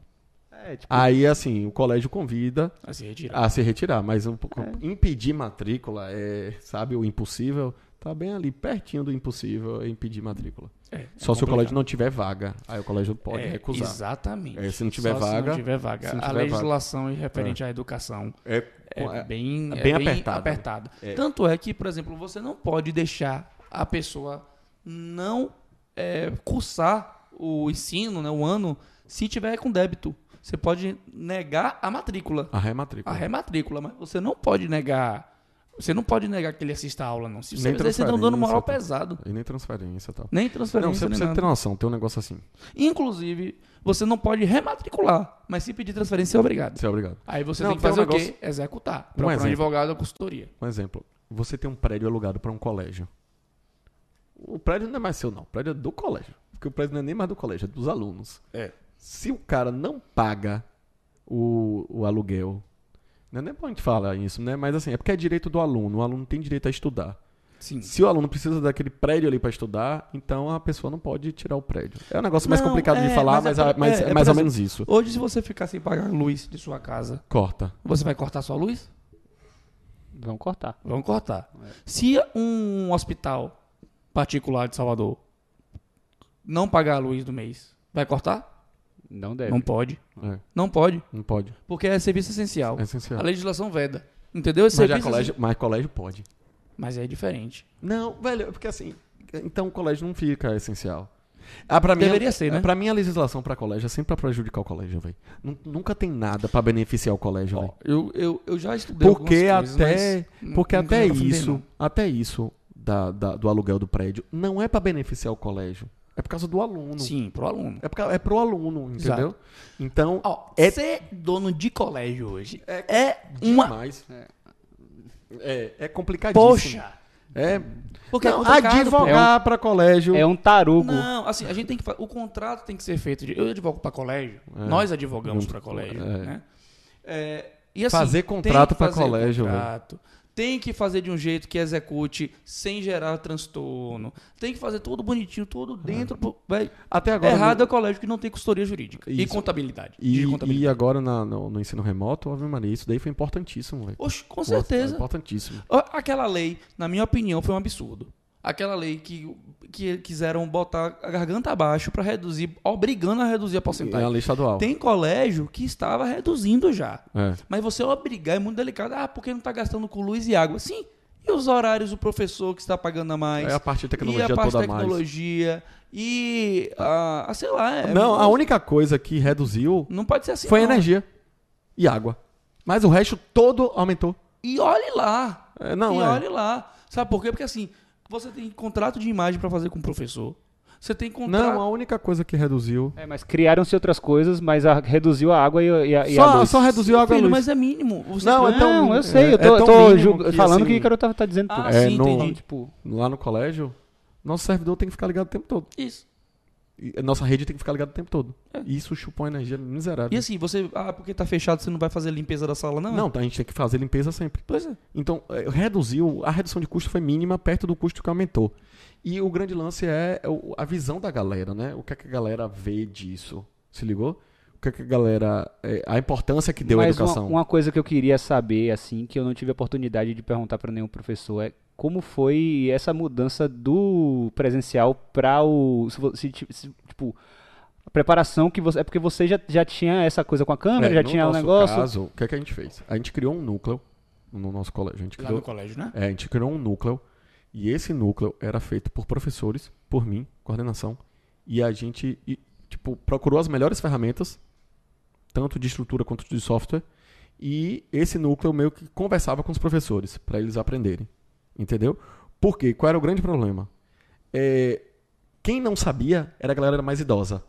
S3: É, tipo,
S2: Aí, assim, o colégio convida
S1: A se retirar.
S2: a se retirar, mas um pouco-
S1: É.
S2: impedir matrícula é, sabe, o impossível, tá bem ali, pertinho do impossível, é impedir matrícula.
S1: É, é
S2: Só se o
S1: complicado.
S2: colégio não tiver vaga, aí o colégio pode
S1: É,
S2: recusar.
S1: Exatamente.
S2: É, se não tiver
S1: Só Se
S2: vaga,
S1: não tiver vaga.
S2: se não
S1: a
S2: tiver vaga.
S1: legislação referente à educação
S2: É,
S1: é, bem,
S2: bem
S1: é bem
S2: apertada,
S1: apertada.
S2: né? É.
S1: Tanto é que, por exemplo, você não pode deixar a pessoa não é, cursar o ensino, né, o ano, se tiver com débito. Você pode negar a matrícula,
S2: a rematrícula.
S1: a rematrícula, mas você não pode negar. Você não pode negar que ele assista a aula, não. Se você
S2: Nem
S1: fizer, você tá dando moral
S2: transferência,
S1: pesado.
S2: E nem transferência e tal.
S1: Nem
S2: Não, você
S1: transferência, né? nem
S2: precisa ter
S1: nada.
S2: noção, tem um negócio assim.
S1: Inclusive, você não pode rematricular, mas se pedir transferência é obrigado.
S2: Você é obrigado.
S1: Aí você
S2: Não,
S1: tem que
S2: tem um
S1: fazer o
S2: negócio-
S1: quê? Executar.
S2: Um
S1: Procurar um
S2: exemplo.
S1: advogado ou consultoria.
S2: Um exemplo, você tem um prédio alugado para um colégio. O prédio não é mais seu, não. O prédio é do colégio. Porque o prédio não é nem mais do colégio, é dos alunos.
S1: É.
S2: Se o cara não paga o, o aluguel, né, não é bom a gente falar isso, né? Mas assim, é porque é direito do aluno. O aluno tem direito a estudar.
S1: Sim.
S2: Se o aluno precisa daquele prédio ali para estudar, então a pessoa não pode tirar o prédio. É um negócio mais
S1: Não,
S2: complicado de
S1: é,
S2: falar,
S1: mas
S2: mas, a-
S1: é
S2: mas é,
S1: por- é, é
S2: mais
S1: por
S2: ou menos isso.
S1: Hoje, se você ficar sem pagar a luz de sua casa,
S2: Corta.
S1: você vai cortar sua luz?
S3: Vão cortar.
S1: Vamos cortar.
S2: É.
S1: Se um hospital particular de Salvador não pagar a luz do mês, vai cortar?
S3: Não deve.
S1: Não pode.
S2: É,
S1: Não pode,
S2: não pode.
S1: porque é serviço essencial.
S2: É essencial.
S1: A legislação veda. Entendeu? Esse
S2: Mas, já
S1: serviço-
S2: colégio, mas colégio pode.
S1: Mas é diferente.
S2: Não, velho, é porque assim, então o colégio não fica essencial. Ah, pra mim,
S1: Deveria ser, né?
S2: Pra mim, a legislação pra colégio é sempre pra prejudicar o colégio, velho. Nu- Nunca tem nada pra beneficiar o colégio,
S1: Ó,
S2: velho.
S1: eu, eu, eu já estudei
S2: Porque
S1: algumas coisas,
S2: até,
S1: mas
S2: porque
S1: nunca
S2: até
S1: me aprofundei,
S2: isso,
S1: não.
S2: até isso da, da- do aluguel do prédio, não é pra beneficiar o colégio. É por causa do aluno.
S1: Sim, pro aluno.
S2: É, por, causa- é pro aluno, entendeu? Então,
S1: Ó,
S2: É-
S1: ser dono de colégio hoje é uma.
S2: demais. É, é complicadíssimo.
S1: Poxa!
S2: É,
S1: Porque é
S2: não,
S1: complicado,
S2: advogar pra colégio.
S3: É um tarugo.
S1: Não, assim, a gente tem que fa- o contrato tem que ser feito. de- eu advogo para colégio,
S2: É.
S1: nós advogamos para colégio,
S2: É.
S1: né? É, e assim,
S2: Fazer
S1: tem
S2: contrato
S1: que
S2: pra
S1: fazer
S2: colégio,
S1: contrato. Tem que fazer de um jeito que execute sem gerar transtorno. Tem que fazer tudo bonitinho, tudo dentro. pô, véi.
S2: Até É. agora.
S1: Errado
S2: no-
S1: é o colégio que não tem consultoria jurídica e
S2: Isso.
S1: contabilidade.
S2: E,
S1: de contabilidade.
S2: e agora na- no, no ensino remoto, Ave Maria, isso daí foi importantíssimo, velho.
S1: Oxe, com
S2: Nossa,
S1: certeza.
S2: Importantíssimo.
S1: Ó, Aquela lei, na minha opinião, foi um absurdo. Aquela lei que, que quiseram botar a garganta abaixo para reduzir, obrigando a reduzir a
S2: É
S1: porcentagem.
S2: a lei estadual.
S1: Tem colégio que estava reduzindo já.
S2: É.
S1: Mas você obrigar é muito delicado. Ah, porque não está gastando com luz e água? Sim. E os horários, o professor que está pagando a mais?
S2: É a parte de tecnologia
S1: e a parte
S2: toda
S1: de tecnologia? E, ah, ah, sei lá. é-
S2: mais. Não, a única coisa que reduziu
S1: Não pode ser assim.
S2: foi
S1: não.
S2: energia e água. Mas o resto todo aumentou.
S1: E olhe lá.
S2: É, não,
S1: e
S2: é.
S1: olhe lá. Sabe por quê? Porque assim, você tem contrato de imagem para fazer com o professor. Você tem contrato...
S2: Não, é, a única coisa que reduziu.
S3: É, mas criaram-se outras coisas, mas a- reduziu a água e, a- e a, e a
S2: só,
S3: luz.
S2: só reduziu a água e
S1: Filho,
S2: luz.
S1: mas é mínimo. Você
S2: Não, é tão-
S3: Não, eu sei, eu
S2: é
S3: tô,
S2: tão
S3: tô
S2: mínimo
S3: julg-
S2: que,
S3: falando
S2: assim,
S3: que o Carol tá, tá dizendo tudo.
S1: Ah,
S2: É,
S1: sim,
S2: não-
S1: entendi.
S3: Então, tipo,
S2: Lá no colégio, nosso servidor tem que ficar ligado o tempo todo.
S1: Isso.
S2: E a nossa rede tem que ficar ligada o tempo todo. E isso chupa uma energia miserável.
S1: É. E assim, você... Ah, porque tá fechado, você não vai fazer a limpeza da sala, não?
S2: Não, tá, a gente tem que fazer limpeza sempre.
S1: Pois é.
S2: Então, eh, reduziu, a redução de custo foi mínima perto do custo que aumentou. E o grande lance é o- a visão da galera, né? O que, é que a galera vê disso? Se ligou? O que, é que a galera. eh, a importância que deu à
S3: mas uma-
S2: educação.
S3: Uma, coisa que eu queria saber, assim, que eu não tive a oportunidade de perguntar para nenhum professor, é como foi essa mudança do presencial para o. Se, vo- se ti- se, tipo, a preparação que você. É porque você já, já tinha essa coisa com a câmera,
S2: É,
S3: já
S2: no
S3: tinha o
S2: nosso
S3: negócio.
S2: Caso, o que, é que a gente fez? A gente criou um núcleo no nosso colégio. A gente
S1: Lá
S2: criou,
S1: no colégio, né?
S2: é, a gente criou um núcleo. E esse núcleo era feito por professores, por mim, coordenação. E a gente, e, tipo, procurou as melhores ferramentas, tanto de estrutura quanto de software. E esse núcleo meio que conversava com os professores, para eles aprenderem. Entendeu? Porque qual era o grande problema? É, quem não sabia era a galera mais idosa.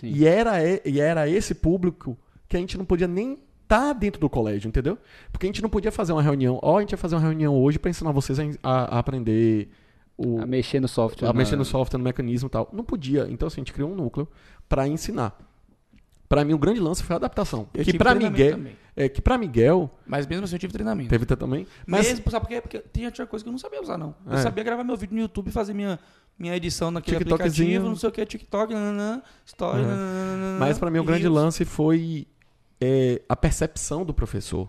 S3: Sim.
S2: E era, e- e era esse público que a gente não podia nem estar dentro do colégio, entendeu? Porque a gente não podia fazer uma reunião. Ó, a gente vai fazer uma reunião hoje para ensinar vocês a, en- a- a aprender o,
S3: A mexer no software.
S2: a
S3: na-
S2: mexer no software, no mecanismo e tal. Não podia. Então, assim, a gente criou um núcleo para ensinar. Para mim, o grande lance foi a adaptação.
S1: Eu
S2: que
S1: tive
S2: para
S1: treinamento
S2: Miguel,
S1: também.
S2: é, que para Miguel
S1: Mas mesmo assim eu tive treinamento.
S2: teve também. Mas
S1: Mesmo, sabe por quê? Porque tinha outra coisa que eu não sabia usar, não. Eu
S2: É.
S1: sabia gravar meu vídeo no YouTube, fazer minha, minha edição naquele
S2: TikTokzinho.
S1: aplicativo, não sei o que, TikTok, nananã, story,
S2: Uhum.
S1: nananã,
S2: Mas pra mim o grande
S1: Reels.
S2: lance foi é, a percepção do professor.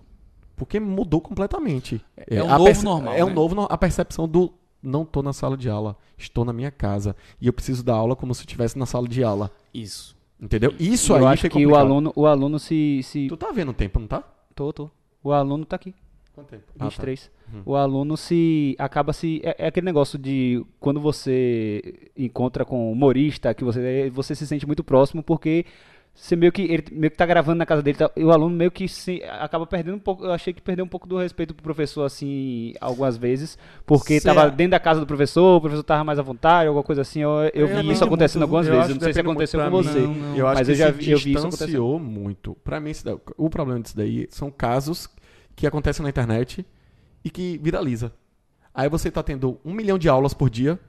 S2: Porque mudou completamente.
S1: é um
S2: a
S1: novo
S2: perce-
S1: normal,
S2: É um
S1: né?
S2: novo no- a percepção do não tô na sala de aula, estou na minha casa e eu preciso dar aula como se eu estivesse na sala de aula,
S1: Isso.
S2: entendeu? Isso aí
S3: eu acho
S2: foi
S3: que o
S2: complicado.
S3: aluno, o aluno se. se...
S2: Tu tá vendo o tempo, não tá?
S3: Tô, tô. O aluno tá aqui.
S2: Quanto tempo?
S3: 23.
S2: Uhum.
S3: O aluno se acaba se é, é aquele negócio de quando você encontra com um humorista que você eh, você se sente muito próximo porque você meio que ele meio que tá gravando na casa dele, tá- e o aluno meio que se acaba perdendo um pouco, eu achei que perdeu um pouco do respeito pro professor assim algumas vezes, porque
S1: Será?
S2: é.
S3: tava dentro da casa do professor, o professor tava mais à vontade, alguma coisa assim. Eu, eu vi
S2: Depende
S3: isso acontecendo
S2: muito.
S3: algumas
S2: Eu
S3: vezes,
S2: acho
S3: eu não
S2: que
S3: sei se
S2: depende muito
S3: aconteceu com
S2: pra
S3: você.
S1: Não, não.
S2: Eu acho
S3: Mas
S2: que
S3: eu já
S2: se
S3: vi- eu vi isso
S2: distanciou muito. Pra mim, isso daí- o problema disso daí são casos que acontecem na internet e que viraliza. Aí você tá tendo um milhão de aulas por dia,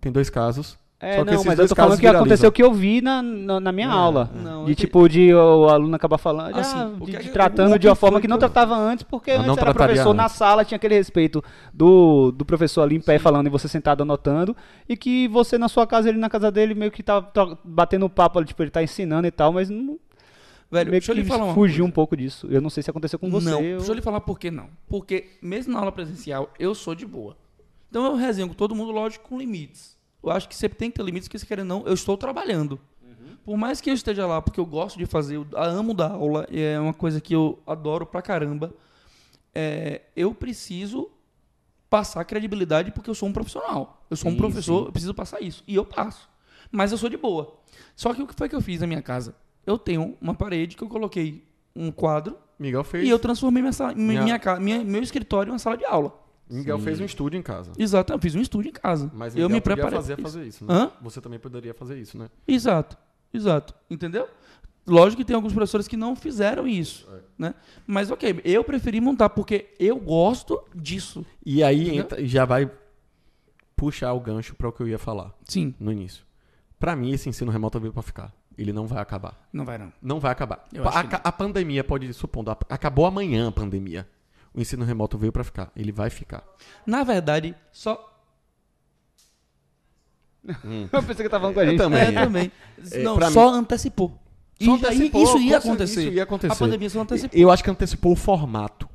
S2: tem dois casos.
S3: É,
S2: só que
S3: não,
S2: esses
S3: mas eu
S2: dois
S3: tô falando
S2: casos
S3: que
S2: viralizam.
S3: aconteceu que eu vi na, na, na minha aula.
S1: não,
S3: de
S1: é que-
S3: tipo, de o, o aluno acabar falando,
S1: Assim,
S3: ah,
S1: o
S3: de,
S1: que é
S3: de
S1: que-
S3: tratando
S1: o
S3: de uma
S1: que
S3: forma
S1: foi
S3: que não
S1: que eu-
S3: tratava antes, porque
S2: Eu
S3: antes
S2: não
S3: era
S2: trataria
S3: professor na
S2: antes.
S3: sala, tinha aquele respeito do, do professor ali em pé falando e você sentado anotando, e que você na sua casa, ele na casa dele, meio que tá, tá batendo um papo ali, tipo, ele tá ensinando e tal, mas não,
S1: Velho,
S3: meio
S1: deixa eu
S3: que
S1: lhe falar uma
S3: fugiu um pouco disso. Eu não sei se aconteceu com você.
S1: não,
S3: eu-
S1: deixa eu lhe falar por que não. Porque mesmo na aula presencial, eu sou de boa. Então eu resenho com todo mundo, lógico, com limites. Eu acho que sempre tem que ter limites, porque se querer ou não, eu estou trabalhando. Por mais que eu esteja lá, porque eu gosto de fazer, eu amo dar aula, é uma coisa que eu adoro pra caramba, é, eu preciso passar credibilidade porque eu sou um profissional. Eu sou um
S3: Sim,
S1: professor,
S3: sim.
S1: eu preciso passar isso. E eu passo. Mas eu sou de boa. Só que o que foi que eu fiz na minha casa? Eu tenho uma parede que eu coloquei um quadro
S2: Miguel fez.
S1: e eu transformei minha, sala- minha,
S2: Minha-
S1: minha ca- minha- meu escritório em uma sala de aula.
S2: Miguel
S3: Sim.
S2: fez um estúdio em casa.
S1: Exato, eu fiz um estúdio em casa.
S2: Mas
S1: eu
S2: Miguel
S1: me
S2: podia
S1: preparei.
S2: fazer,
S1: pra isso.
S2: fazer isso, né?
S1: Hã?
S2: Você também poderia fazer isso, né?
S1: Exato, exato. Entendeu? Lógico que tem alguns professores que não fizeram isso,
S2: É.
S1: né? Mas ok, eu preferi montar porque eu gosto disso.
S2: E aí
S1: Entendeu?
S2: entra- já vai puxar o gancho para o que eu ia falar
S1: Sim,
S2: no início. Para mim, esse ensino remoto veio para ficar. Ele não vai acabar.
S1: não vai não.
S2: Não vai acabar.
S1: Eu acho
S2: A,
S1: que
S2: a- a pandemia pode, supondo, a- acabou amanhã a pandemia. O ensino remoto veio pra ficar. Ele vai ficar.
S1: Na verdade, só
S3: Eu pensei que tava falando com a
S2: Eu
S3: gente.
S2: também.
S1: É, também.
S2: É,
S1: não,
S2: pra
S1: só antecipou. E
S2: Só
S1: já-
S2: antecipou,
S1: isso ia
S2: com certeza,
S1: acontecer.
S2: Isso ia acontecer.
S1: A pandemia só antecipou.
S2: Eu acho que antecipou o formato.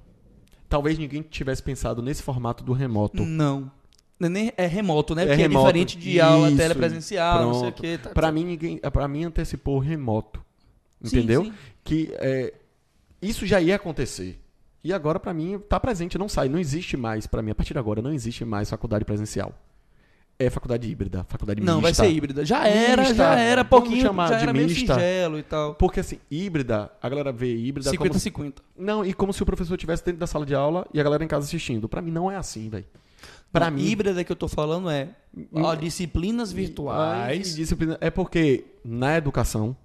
S2: Talvez ninguém tivesse pensado nesse formato do remoto.
S1: Não. Não é Nem, é remoto, né?
S2: É
S1: Porque é
S2: remoto.
S1: diferente de aula
S2: Isso,
S1: telepresencial, não sei o
S2: pronto.
S1: quê. Tá,
S2: Pra mim ninguém, para mim antecipou o remoto.
S1: Sim,
S2: Entendeu?
S1: sim.
S2: Que é, isso já ia acontecer. E agora pra mim tá presente, não sai, não existe mais Pra mim a partir de agora não existe mais faculdade presencial. É faculdade híbrida, faculdade
S1: Não, vai
S2: mista.
S1: ser híbrida. Já era,
S2: Mista.
S1: já era
S2: Vamos
S1: pouquinho,
S2: chamar
S1: já
S2: de
S1: era meio
S2: mista.
S1: singelo e tal.
S2: Porque assim, híbrida, a galera vê híbrida como
S1: 50-50.
S2: Não, e como se o professor estivesse dentro da sala de aula e a galera em casa assistindo. Pra mim não é assim, velho. Pra
S1: Não,
S2: mim Hum.
S1: Híbrida que eu tô falando é ó, disciplinas virtuais.
S2: E disciplina- É porque na educação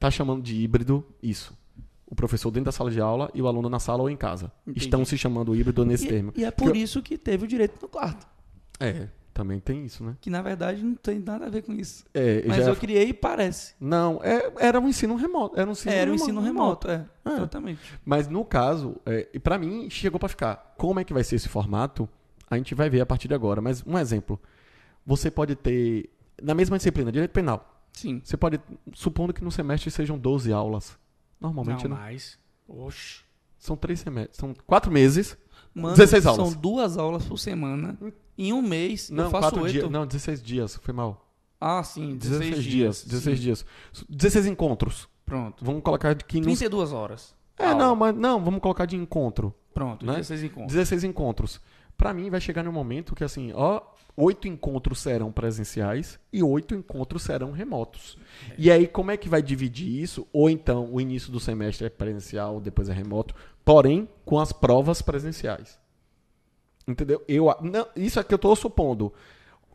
S2: tá chamando de híbrido isso. O professor dentro da sala de aula e o aluno na sala ou em casa.
S1: Entendi.
S2: Estão se chamando híbrido nesse termo.
S1: E, e é por
S2: Que
S1: isso que teve o direito no quarto.
S2: eu- É, também tem isso, né?
S1: Que na verdade não tem nada a ver com isso.
S2: É,
S1: Mas
S2: já-
S1: eu criei e parece.
S2: Não, é- era um ensino remoto. Era um ensino,
S1: Era o
S2: remo-
S1: ensino remoto, é.
S2: É.
S1: Exatamente.
S2: Mas no caso, é, e para mim, chegou pra ficar. Como é que vai ser esse formato? A gente vai ver a partir de agora. Mas um exemplo. Você pode ter, na mesma disciplina, direito penal,
S1: Sim.
S2: você pode, supondo que no semestre sejam 12 aulas. Normalmente, né?
S1: mais. Oxi.
S2: São três semestres. São quatro meses.
S1: Mano,
S2: 16 aulas. Hum.
S1: são duas aulas por semana. Em um mês,
S2: Não,
S1: eu faço
S2: quatro
S1: oito.
S2: dias. Não, 16 dias. Foi mal.
S1: Ah, sim,
S2: 16,
S1: 16,
S2: dias. 16 dias. 16 encontros.
S1: Pronto.
S2: Vamos colocar de que não.
S1: 32 horas.
S2: É, não, mas não, vamos colocar de encontro.
S1: Pronto,
S2: né?
S1: 16 encontros.
S2: 16 encontros. Pra mim, vai chegar num momento que, assim, ó, oito encontros serão presenciais e oito encontros serão remotos. E aí, como é que vai dividir isso? Ou então, o início do semestre é presencial, depois é remoto, porém, com as provas presenciais. Entendeu? Eu, a- não, isso é que eu tô supondo.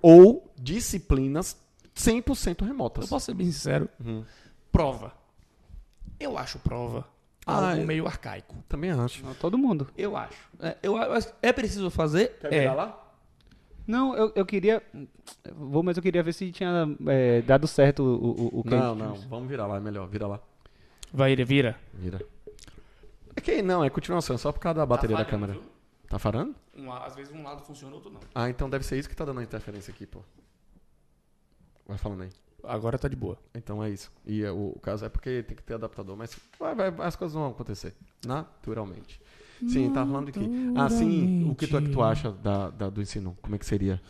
S2: Ou disciplinas 100%
S1: Eu
S2: remotas.
S1: posso ser bem sincero.
S2: Uhum.
S1: Prova. Eu acho prova
S2: Ah,
S1: algo
S2: é.
S1: meio arcaico.
S2: Também acho.
S3: Não, todo mundo.
S1: Eu acho. É, eu acho- é preciso fazer?
S2: Quer
S1: é.
S2: virar lá?
S3: Não, eu, eu queria. Vou, mas eu queria ver se tinha é, dado certo o, o, o que
S2: Não, não. Vamos virar lá, é melhor. Vira lá.
S1: Vai, ele vira.
S2: Vira. É que não, é continuação, é só por causa da bateria da câmera. Tá farando?
S1: às vezes um lado funciona, outro não.
S2: Ah, então deve ser isso que tá dando a interferência aqui, pô. Vai falando aí.
S1: Agora tá de boa.
S2: Então é isso. E é, o, o caso é porque tem que ter adaptador, mas vai, vai, as coisas vão acontecer. Naturalmente. Sim, tá falando de que. Ah, sim, o que tu, é que tu acha da, da- do ensino? Como é que seria?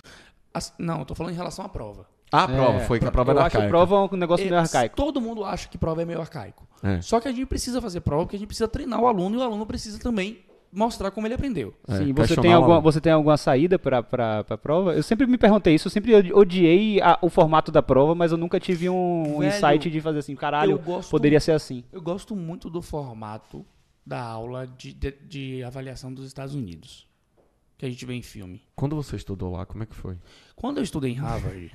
S1: As- não, eu tô falando em relação à prova.
S2: Ah, a prova, foi que a prova
S3: eu
S2: era
S3: acho
S2: arcaica.
S3: prova um negócio meio
S1: É,
S3: arcaico.
S1: Todo mundo acha que prova é meio arcaico.
S2: É.
S1: Só que a gente precisa fazer prova porque a gente precisa treinar o aluno e o aluno precisa também mostrar como ele aprendeu.
S2: É,
S3: Sim, você
S2: questionar
S3: tem,
S2: o
S3: alguma,
S2: aluno.
S3: você tem alguma saída pra, pra, pra prova? Eu sempre me perguntei isso, eu sempre odi- odiei a- o formato da prova, mas eu nunca tive um
S1: Velho,
S3: insight de fazer assim,
S1: eu
S3: caralho,
S1: gosto
S3: poderia ser assim.
S1: Eu gosto muito do formato da aula de, de- de avaliação dos Estados Unidos, que a gente vê em filme.
S2: Quando você estudou lá, como é que foi?
S1: Quando eu estudei em Harvard,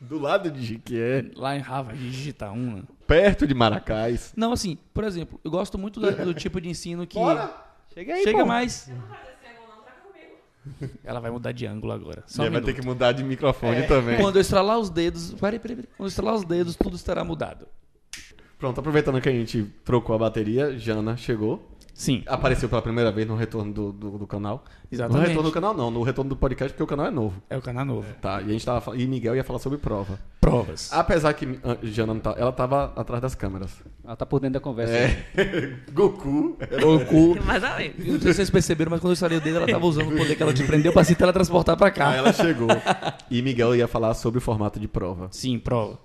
S2: Do lado de Jiquié,
S1: lá em Harvard, digitar uma.
S2: perto de Maracás.
S1: Não, assim, por exemplo, eu gosto muito da- do tipo de ensino que
S3: Chega aí,
S1: chega
S3: pô.
S1: mais.
S4: Não faz esse ângulo não, troca comigo.
S1: Ela vai mudar de ângulo agora. Só um
S2: E aí vai ter
S1: minuto. É.
S2: que mudar de microfone também.
S1: Quando eu estralar os dedos. Peraí, peraí, peraí. Quando eu estralar os dedos, tudo estará mudado.
S2: Pronto, aproveitando que a gente trocou a bateria, Jana chegou.
S1: Sim,
S2: Apareceu pela primeira vez no retorno do, do, do canal. No
S1: exatamente.
S2: retorno do canal, não, no retorno do podcast, porque o canal é novo.
S1: É o canal novo.
S2: Tá, e a gente tava fal- E Miguel ia falar sobre prova.
S1: Provas.
S2: Apesar que ah, Jana não tá. Ela tava atrás das câmeras.
S3: Ela tá por dentro da conversa.
S2: É, Goku.
S1: O cu.
S4: Mas além.
S1: Eu não sei se vocês perceberam, mas quando eu estralei o dedo, ela tava usando o poder que ela te prendeu pra se teletransportar pra cá.
S2: Aí ela chegou. E Miguel ia falar sobre o formato de prova.
S1: Sim, prova.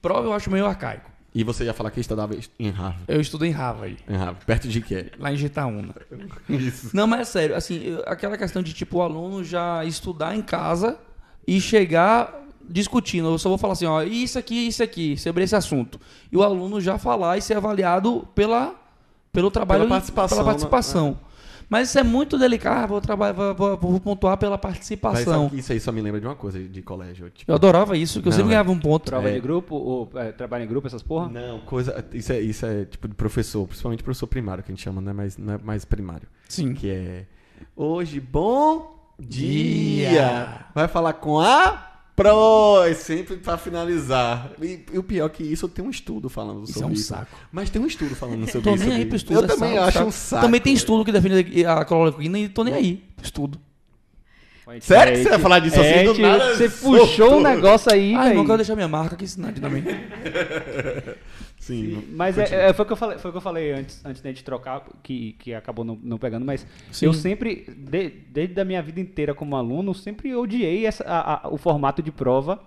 S1: Prova eu acho meio arcaico.
S2: E você ia falar que estudava em Harvard.
S1: Eu estudei em Harvard,
S2: Em Harvard, perto de que
S1: lá em Gitaúna.
S2: Isso.
S1: Não, mas é sério, assim, eu- aquela questão de tipo o aluno já estudar em casa e chegar discutindo. Eu só vou falar assim, ó, isso aqui, isso aqui, sobre esse assunto. E o aluno já falar e ser avaliado pela, pelo trabalho
S2: participação, né?
S1: pela participação. Mas isso é muito delicado. Ah, Vou, trabalhar, vou, vou- vou pontuar pela
S2: Mas sabe
S1: participação.
S2: que isso aí só me lembra de uma coisa de colégio. Tipo,
S1: Eu adorava isso, que eu
S2: Não,
S1: sempre
S2: é.
S1: ganhava um ponto.
S3: Prova
S2: É.
S3: de grupo, ou é, trabalho em grupo, essas porra?
S2: Não, coisa. Isso é, isso é tipo de professor, principalmente professor primário, que a gente chama, né? Mas não é mais primário.
S1: Sim.
S2: Que é. Hoje, bom dia!
S1: Dia.
S2: Vai falar com a Pro, e sempre pra finalizar. E, e o pior é que isso tem um estudo falando
S1: Isso é
S2: sobre
S1: um
S2: isso.
S1: saco.
S2: Mas tem um estudo falando sobre
S1: Tô
S2: isso.
S1: nem aí pro
S2: sobre isso.
S1: estudo.
S2: Eu
S1: é
S2: também
S1: saco,
S2: acho
S1: saco.
S2: um saco.
S1: Também tem
S2: velho.
S1: estudo que define a cloroquina e tô nem aí pro estudo.
S2: Sério que você vai falar disso
S3: É,
S2: assim do
S3: tio,
S2: nada?
S3: você puxou um
S2: soltou?
S3: negócio aí,
S1: Ah, irmão,
S3: velho.
S1: quero deixar minha marca aqui ensinante também.
S2: Sim.
S3: Mas é, é, foi, o que eu falei, foi o que eu falei antes, antes da gente trocar, que, que acabou não, não pegando, mas
S1: Sim.
S3: eu sempre, de- desde a minha vida inteira como aluno, sempre odiei essa- a- a- o formato de prova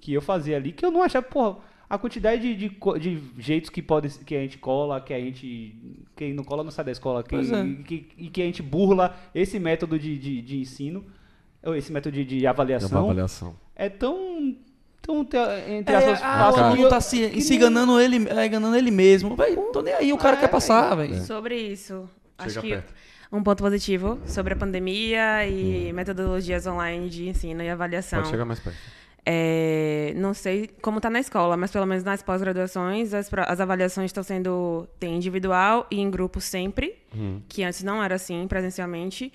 S3: que eu fazia ali, que eu não achava, porra, a quantidade de, de, co- de jeitos que, pode, que a gente cola, que a gente. Quem não cola não sai da escola, que,
S1: Pois é.
S3: e que, e que a gente burla esse método de, de, de ensino, ou esse método de, de
S2: É uma
S3: avaliação,
S2: avaliação.
S3: é tão. tão te- entre
S1: É,
S3: aspas,
S1: ah, o
S3: fácil que
S1: aluno
S3: eu-
S1: tá se,
S3: que
S1: se
S3: nem-
S1: enganando ele, é, enganando ele mesmo. Véi, tô nem aí, o cara
S4: É,
S1: quer passar,
S4: véi.
S1: velho.
S4: Sobre isso.
S2: Chega
S4: acho que
S2: perto.
S4: um ponto positivo sobre a pandemia e metodologias online de ensino e avaliação.
S2: Pode chegar mais perto.
S4: É, não sei como está na escola, mas pelo menos nas pós-graduações, as, pro- as avaliações estão sendo tem individual e em grupo sempre,
S2: Hum.
S4: que antes não era assim presencialmente.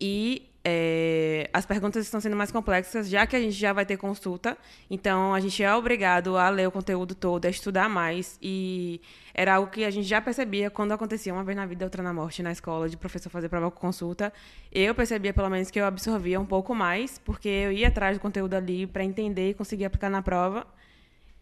S4: E é, as perguntas estão sendo mais complexas, já que a gente já vai ter consulta, então a gente é obrigado a ler o conteúdo todo, a estudar mais. E era algo que a gente já percebia quando acontecia uma vez na vida, outra na morte, na escola, de professor fazer prova com consulta. Eu percebia, pelo menos, que eu absorvia um pouco mais, porque eu ia atrás do conteúdo ali para entender e conseguir aplicar na prova.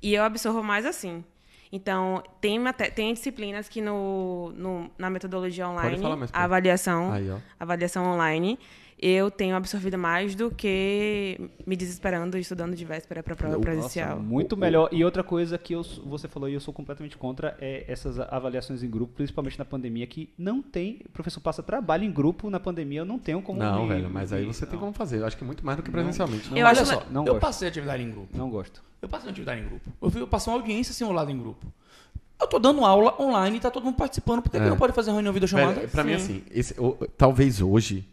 S4: E eu absorvo mais assim. Então, tem, mate- tem disciplinas que no, no- na metodologia online,
S2: falar mais,
S4: a avaliação,
S2: Aí, ó.
S4: avaliação online, eu tenho absorvido mais do que me desesperando e estudando de véspera para prova
S2: Nossa,
S4: presencial.
S3: Muito melhor. E outra coisa que eu s- você falou e eu sou completamente contra é essas a- avaliações em grupo, principalmente na pandemia, que não tem. O professor passa trabalho em grupo na pandemia, eu não tenho como.
S2: Não,
S3: me-
S2: velho, mas aí
S3: me-
S2: você tem
S3: não,
S2: como fazer. Eu acho que muito mais do que presencialmente.
S4: Eu
S1: Olha
S4: acho
S1: só,
S4: le-
S3: não
S1: eu
S3: gosto.
S1: passei atividade em grupo.
S3: Não gosto.
S1: Eu passei uma atividade em grupo. Eu, fui- eu passei uma audiência simulada em grupo. Eu tô dando aula online e tá todo mundo participando. Por que, que
S2: É.
S1: não pode fazer reunião videochamada?
S2: Velho, pra mim,
S4: Sim.
S2: assim, esse- o- talvez hoje,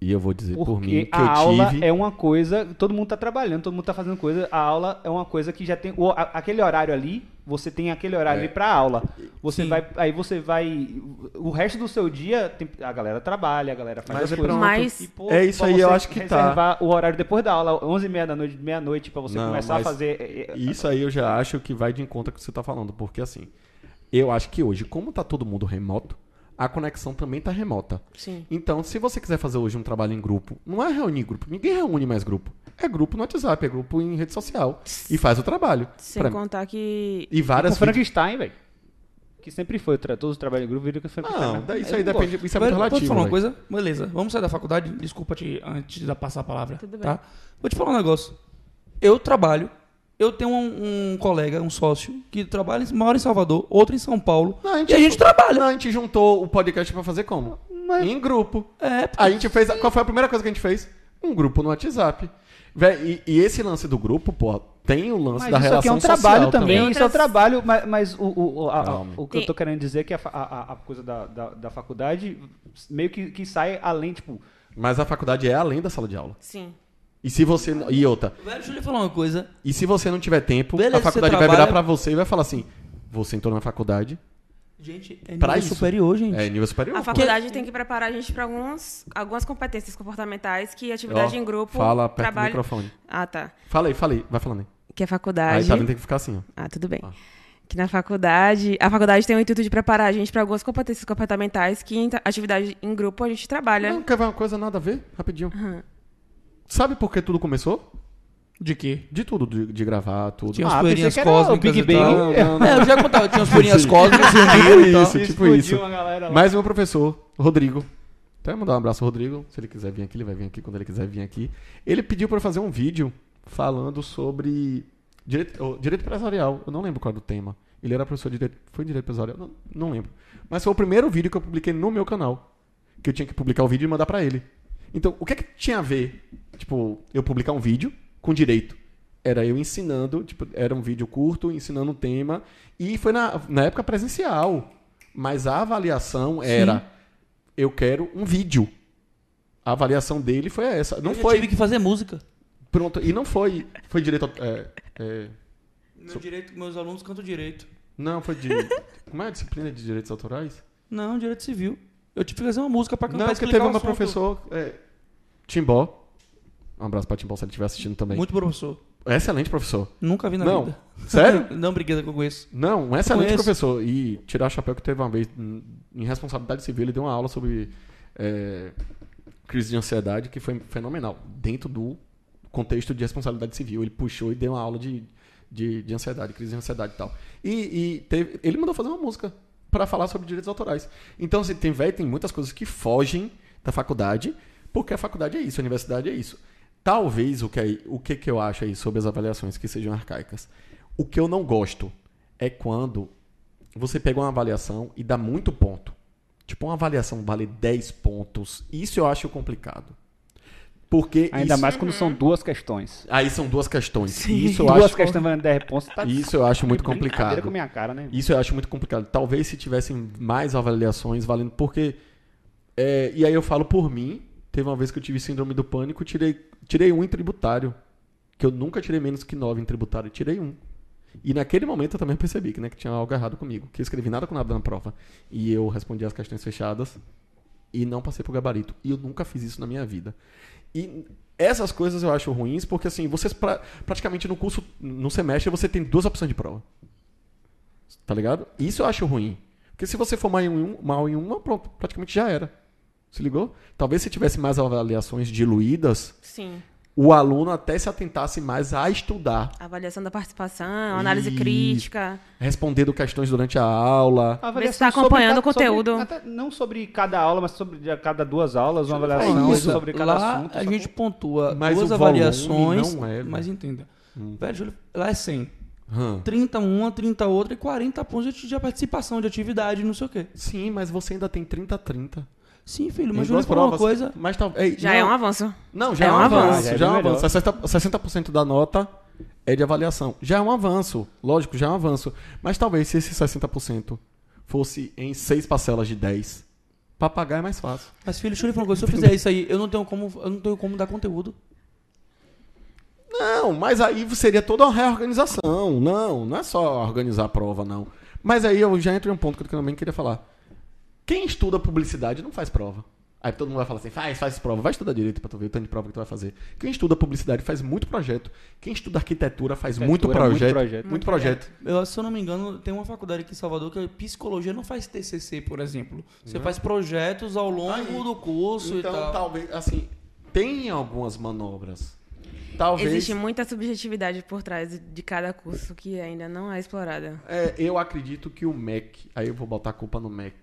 S2: e eu vou dizer por mim,
S3: Porque
S2: que eu
S3: a aula
S2: tive.
S3: é uma coisa, todo mundo tá trabalhando, todo mundo tá fazendo coisa, a aula é uma coisa que já tem o- a- aquele horário ali, você tem aquele
S2: É.
S3: horário ali pra aula. Você
S1: Sim.
S3: vai aí você vai o resto do seu dia, tem- a galera trabalha, a galera faz
S2: Mas
S3: as
S2: é
S3: coisas.
S2: pronto.
S4: Mas-
S3: pô,
S2: É isso
S3: pra
S2: aí,
S3: você
S2: eu acho que tá.
S3: reservar o horário depois da aula, 11h30 da noite, meia-noite, pra você
S2: Não,
S3: começar a
S2: mas-
S3: fazer... é, é,
S2: Isso aí eu já acho que vai de encontro com o que você tá falando. Porque, assim, eu acho que hoje, como tá todo mundo remoto, a conexão também tá remota.
S4: Sim.
S2: Então, se você quiser fazer hoje um trabalho em grupo, não é reunir grupo. Ninguém reúne mais grupo. É grupo no WhatsApp, é grupo em rede social. E faz o trabalho.
S4: Sem
S2: Pra-
S4: contar que
S2: E
S3: Com
S2: várias
S3: Frankenstein, velho. Que sempre foi, tra- todos os trabalhos de grupo viram que foi
S2: Não,
S3: Frankenstein.
S2: Ah, daí isso
S3: Eu
S2: aí
S3: não
S2: depende. Isso é muito
S1: Velho,
S2: relativo.
S1: Posso te falar uma
S2: velho.
S1: coisa? Beleza, vamos sair da faculdade. Desculpa te antes de passar a palavra.
S4: Tudo bem.
S1: Tá? Vou te falar um negócio. Eu trabalho, eu tenho um, um colega, um sócio, que trabalha, em- mora em Salvador, outro em São Paulo.
S2: Não, a gente- é
S1: e a gente trabalha.
S2: Não, a gente juntou o podcast pra fazer como? Em grupo.
S1: É, pô.
S2: A gente fez. Qual foi a primeira coisa que a gente fez? Um grupo no WhatsApp. Véi, e, e esse lance do grupo, porra, tem o lance
S3: Mas
S2: da
S3: isso
S2: relação
S3: aqui é um
S2: social
S3: trabalho também,
S4: também.
S3: isso é um trabalho, mas, mas o, o, o- a- a-
S2: Calma.
S3: o que eu tô querendo dizer é que a, fa- a, a- a coisa da, da, da faculdade meio que, que sai além, tipo,
S2: Mas a faculdade é além da sala de aula.
S4: sim.
S2: E se você. E outra.
S1: Velho, deixa eu lhe falar uma coisa.
S2: E se você não tiver tempo,
S1: Beleza,
S2: a faculdade
S1: você
S2: vai virar
S1: trabalha-
S2: pra você e vai falar assim: você entrou na faculdade,
S1: Gente, é nível
S2: Pra isso.
S1: superior, gente.
S2: é nível superior.
S4: A
S2: pô.
S4: faculdade tem que preparar a gente para algumas, algumas competências comportamentais que atividade
S2: Ó,
S4: em grupo,
S2: Fala perto do
S4: trabalho.
S2: microfone.
S4: Ah, tá.
S2: Fala aí, fala aí, vai falando aí.
S4: Que a
S2: Aí
S4: faculdade.
S2: tá vendo, tem que ficar assim, ó.
S4: Ah, tudo bem.
S2: Ah.
S4: Que na faculdade. A faculdade tem o intuito de preparar a gente para algumas competências comportamentais que em ta- atividade em grupo a gente trabalha.
S2: Não, quer ver uma coisa nada a ver? Rapidinho. Sabe por que tudo começou?
S1: De quê?
S2: De tudo, de, de gravar, tudo. Ah,
S1: Tinha umas
S3: Ah, pensei
S1: poeirinhas
S3: que era o
S1: cósmicas
S3: Big
S1: e tal.
S3: Bang.
S1: É, eu já contava, tinha umas poeirinhas cósmicas, se uniram e
S2: Tipo
S1: tal.
S2: isso, tipo isso.
S3: explodiu a galera lá.
S2: Mais um professor, Rodrigo. Até mandar um abraço ao Rodrigo. Se ele quiser vir aqui, ele vai vir aqui quando ele quiser vir aqui. Ele pediu pra eu fazer um vídeo falando sobre direito, oh, direito empresarial. Eu não lembro qual era o tema. Ele era professor de direito. Foi direito empresarial? Não, não lembro. Mas foi o primeiro vídeo que eu publiquei no meu canal. Que eu tinha que publicar o vídeo e mandar pra ele. Então, o que é que tinha a ver? Tipo, eu publicar um vídeo com direito. Era eu ensinando, tipo, era um vídeo curto, ensinando um tema. E foi na, na época presencial. Mas a avaliação era Eu quero um vídeo. A avaliação dele foi essa. Não
S1: Eu já
S2: foi.
S1: tive que fazer música.
S2: Pronto. E não foi. Foi direito. a- é, é,
S1: Meu direito, meus alunos cantam direito.
S2: não, foi de. Como é a disciplina de direitos autorais?
S1: Não, direito civil. Eu tive que fazer uma música pra
S2: Não, é
S1: cantar
S2: porque
S1: explicar
S2: teve
S1: o
S2: uma
S1: assunto.
S2: professora. é, Timbó. Um abraço pra Timbó se ele estiver assistindo também.
S1: Muito professor.
S2: Excelente professor.
S1: Nunca vi na
S2: Não.
S1: vida.
S2: Sério?
S1: Não, briguei com isso.
S2: Não, um excelente
S1: Conheço.
S2: professor. E tirar o chapéu que teve uma vez em em responsabilidade civil, ele deu uma aula sobre é, crise de ansiedade que foi fenomenal. Dentro do contexto de responsabilidade civil, ele puxou e deu uma aula de, de, de ansiedade, crise de ansiedade e tal. E, e teve- ele mandou fazer uma música para falar sobre direitos autorais. Então, assim, tem velho, tem muitas coisas que fogem da faculdade, porque a faculdade é isso, a universidade é isso. Talvez o que, aí- o que, que eu acho aí sobre as avaliações que sejam arcaicas. O que eu não gosto é quando você pega uma avaliação e dá muito ponto. Tipo, uma avaliação vale 10 pontos. Isso eu acho complicado. Porque
S3: Ainda
S2: isso-
S3: mais
S4: Uhum.
S3: quando são duas questões.
S2: Aí são duas questões.
S4: Sim.
S2: Isso eu
S3: duas
S2: acho.
S3: questões valendo 10 pontos. Tá
S2: Isso eu acho muito
S3: brincadeira
S2: complicado.
S3: com minha cara, né?
S2: Isso eu acho muito complicado. Talvez se tivessem mais avaliações valendo, porque. é, e aí eu falo por mim. Teve uma vez que eu tive síndrome do pânico, tirei, tirei um em tributário. Que eu nunca tirei menos que nove em tributário, tirei um. E naquele momento eu também percebi que, né, que tinha algo errado comigo, que eu escrevi nada com nada na prova. E eu respondi as questões fechadas e não passei pro gabarito. E eu nunca fiz isso na minha vida. E essas coisas eu acho ruins, porque assim, vocês pra- praticamente no curso, no semestre, você tem duas opções de prova. Tá ligado? Isso eu acho ruim. Porque se você for mal em, um, mal em uma, pronto, praticamente já era. Se ligou? Talvez se tivesse mais avaliações diluídas,
S4: Sim.
S2: o aluno até se atentasse mais a estudar,
S4: Avaliação da participação, análise
S2: Isso.
S4: crítica.
S2: respondendo questões durante a aula.
S3: A
S4: Vê se tá
S3: sobre
S4: acompanhando
S3: ca-
S4: o conteúdo.
S3: sobre- até não sobre cada aula, mas sobre a cada duas aulas, uma avaliação
S1: Não,
S2: É
S1: é
S2: isso.
S3: sobre cada
S1: lá
S3: assunto.
S1: a
S3: sacou?
S1: gente pontua
S2: Mas
S1: duas
S2: o volume
S1: avaliações,
S2: não é, velho.
S1: mas entenda. Velho, Júlio, lá é 100.
S2: Hum.
S1: 30 uma, 30 outra e 40 pontos de, de participação, de atividade, não sei o quê.
S2: Sim, mas você ainda tem 30 a 30.
S1: Sim, filho,
S2: Em
S1: mas Júlio
S2: duas
S1: falou uma
S2: provas,
S1: coisa.
S2: Mas tal- ei,
S4: Já
S2: não,
S4: é um avanço.
S2: Não, já é,
S4: é
S2: um
S4: um
S2: avanço.
S4: avanço.
S2: Já,
S3: Já
S2: é um
S3: é melhor.
S2: avanço. 60%, 60% da nota é de avaliação. Já é um avanço. Lógico, já é um avanço. Mas talvez se esse 60% fosse em seis parcelas de 10, pra pagar é mais fácil.
S1: Mas, filho, Júlio falou uma coisa. Se eu fizer isso aí, eu não tenho como, eu não tenho como dar conteúdo.
S2: Não, mas aí seria toda uma reorganização. Não, não é só organizar a prova, não. Mas aí eu já entro em um ponto que eu também queria falar. Quem estuda publicidade não faz prova. Aí todo mundo vai falar assim, faz, faz prova, vai estudar direito pra tu ver o tanto de prova que tu vai fazer. Quem estuda publicidade faz muito projeto. Quem estuda arquitetura faz muito
S3: Arquitetura, muito
S2: projeto. Muito projeto.
S3: projeto.
S1: Eu, se eu não me engano, tem uma faculdade aqui em Salvador que é psicologia não faz TCC, por exemplo. Você faz projetos ao longo
S2: Hum. Aí.
S1: do curso
S2: Então,
S1: e tal.
S2: talvez, assim, tem algumas manobras. Talvez.
S4: Existe muita subjetividade por trás de cada curso que ainda não é explorada.
S2: É, eu acredito que o Mac, aí eu vou botar a culpa no Mac.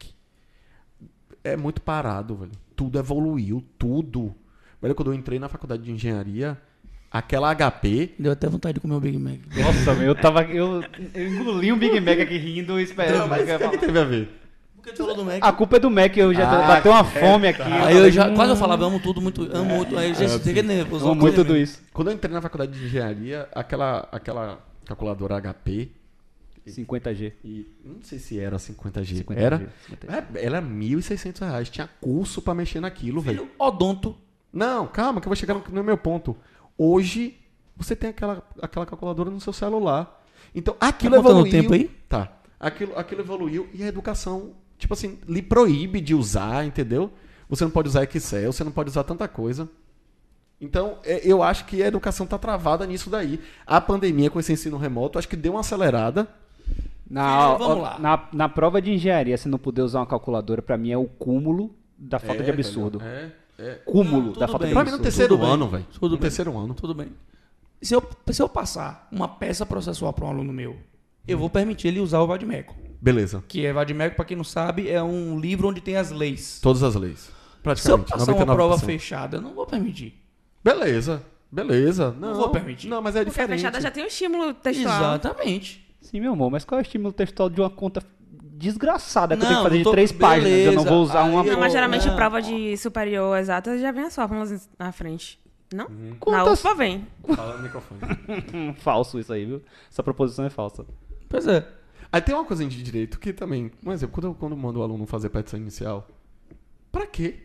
S2: É muito parado, velho. Tudo evoluiu, tudo. Velho, quando eu entrei na faculdade de engenharia, aquela HP
S1: Deu até vontade de comer o Big Mac.
S3: Nossa, meu, eu tava. Eu, eu engoli um Big Mac aqui rindo e esperando. mas eu ia falar.
S2: é teve a ver.
S1: Porque tu falou do Mac.
S3: A culpa é do Mac, eu já
S2: Ah,
S3: bateu uma fome aqui. "Hum,
S1: Aí eu "Hum." É, já quase eu falava, amo tudo, muito, amo muito. Aí eu já fiquei nervoso.
S3: Eu amo muito tudo
S1: Tremendo.
S3: isso.
S2: Quando eu entrei na faculdade de engenharia, aquela aquela calculadora HP
S3: 50G.
S2: e não sei se era 50G,
S3: 50G,
S2: era
S3: 50G.
S2: É, ela era 1.600 reais, tinha curso pra mexer naquilo, velho.
S1: Filho, é odonto.
S2: Não, calma, que eu vou chegar no, no meu ponto. Hoje, você tem aquela, aquela calculadora no seu celular. Então,
S1: Tá
S2: aquilo
S1: contando
S2: evoluiu.
S1: o tempo aí?
S2: Tá. Aquilo, aquilo evoluiu e a educação, tipo assim, lhe proíbe de usar, entendeu? Você não pode usar Excel, você não pode usar tanta coisa. Então, é, eu acho que a educação tá travada nisso daí. A pandemia com esse ensino remoto, acho que deu uma acelerada.
S3: Na,
S1: Filho, vamos
S3: ó,
S1: lá.
S3: Na, na prova de engenharia, se não puder usar uma calculadora, pra mim é o cúmulo da falta de
S2: É,
S3: absurdo.
S2: velho, É, é.
S3: Cúmulo
S1: Não, tudo
S3: da falta
S1: bem.
S3: de
S2: Pra mim,
S3: absurdo.
S2: no terceiro
S1: tudo bem.
S2: ano, velho.
S1: Tudo
S2: No
S1: bem.
S2: terceiro ano.
S1: Tudo bem. Se eu, se eu passar uma peça processual para um aluno meu, eu vou permitir ele usar o Vadmeco.
S2: Beleza.
S1: Que é Vadmeco, para quem não sabe, é um livro onde tem as leis.
S2: Todas as leis.
S1: Se eu
S2: Praticamente.
S1: passar uma prova
S2: 99%.
S1: fechada, eu não vou permitir.
S2: Beleza, beleza. Não,
S1: vou permitir.
S2: Não, mas é
S4: Porque a
S2: diferente.
S4: fechada já tem um estímulo textual.
S1: Exatamente.
S3: Sim, meu amor, mas qual é o estímulo textual de uma conta desgraçada que eu tenho
S1: Não,
S3: que fazer
S1: não
S3: de
S1: tô-
S3: três páginas? Eu não
S1: beleza.
S3: vou usar
S1: Aí
S3: uma.
S1: eu-
S4: Não, mas geralmente
S2: né?
S1: Não.
S4: prova de superior exata já vem as fórmulas na frente. Não?
S2: Uhum.
S4: Na
S3: Quantas-
S4: UFA vem.
S2: Fala no microfone.
S3: Hum, Falso isso aí, viu? Essa proposição é falsa.
S1: Pois é.
S2: Aí tem uma coisa de direito que também, um exemplo, quando eu, quando eu mando o aluno fazer petição inicial Pra quê?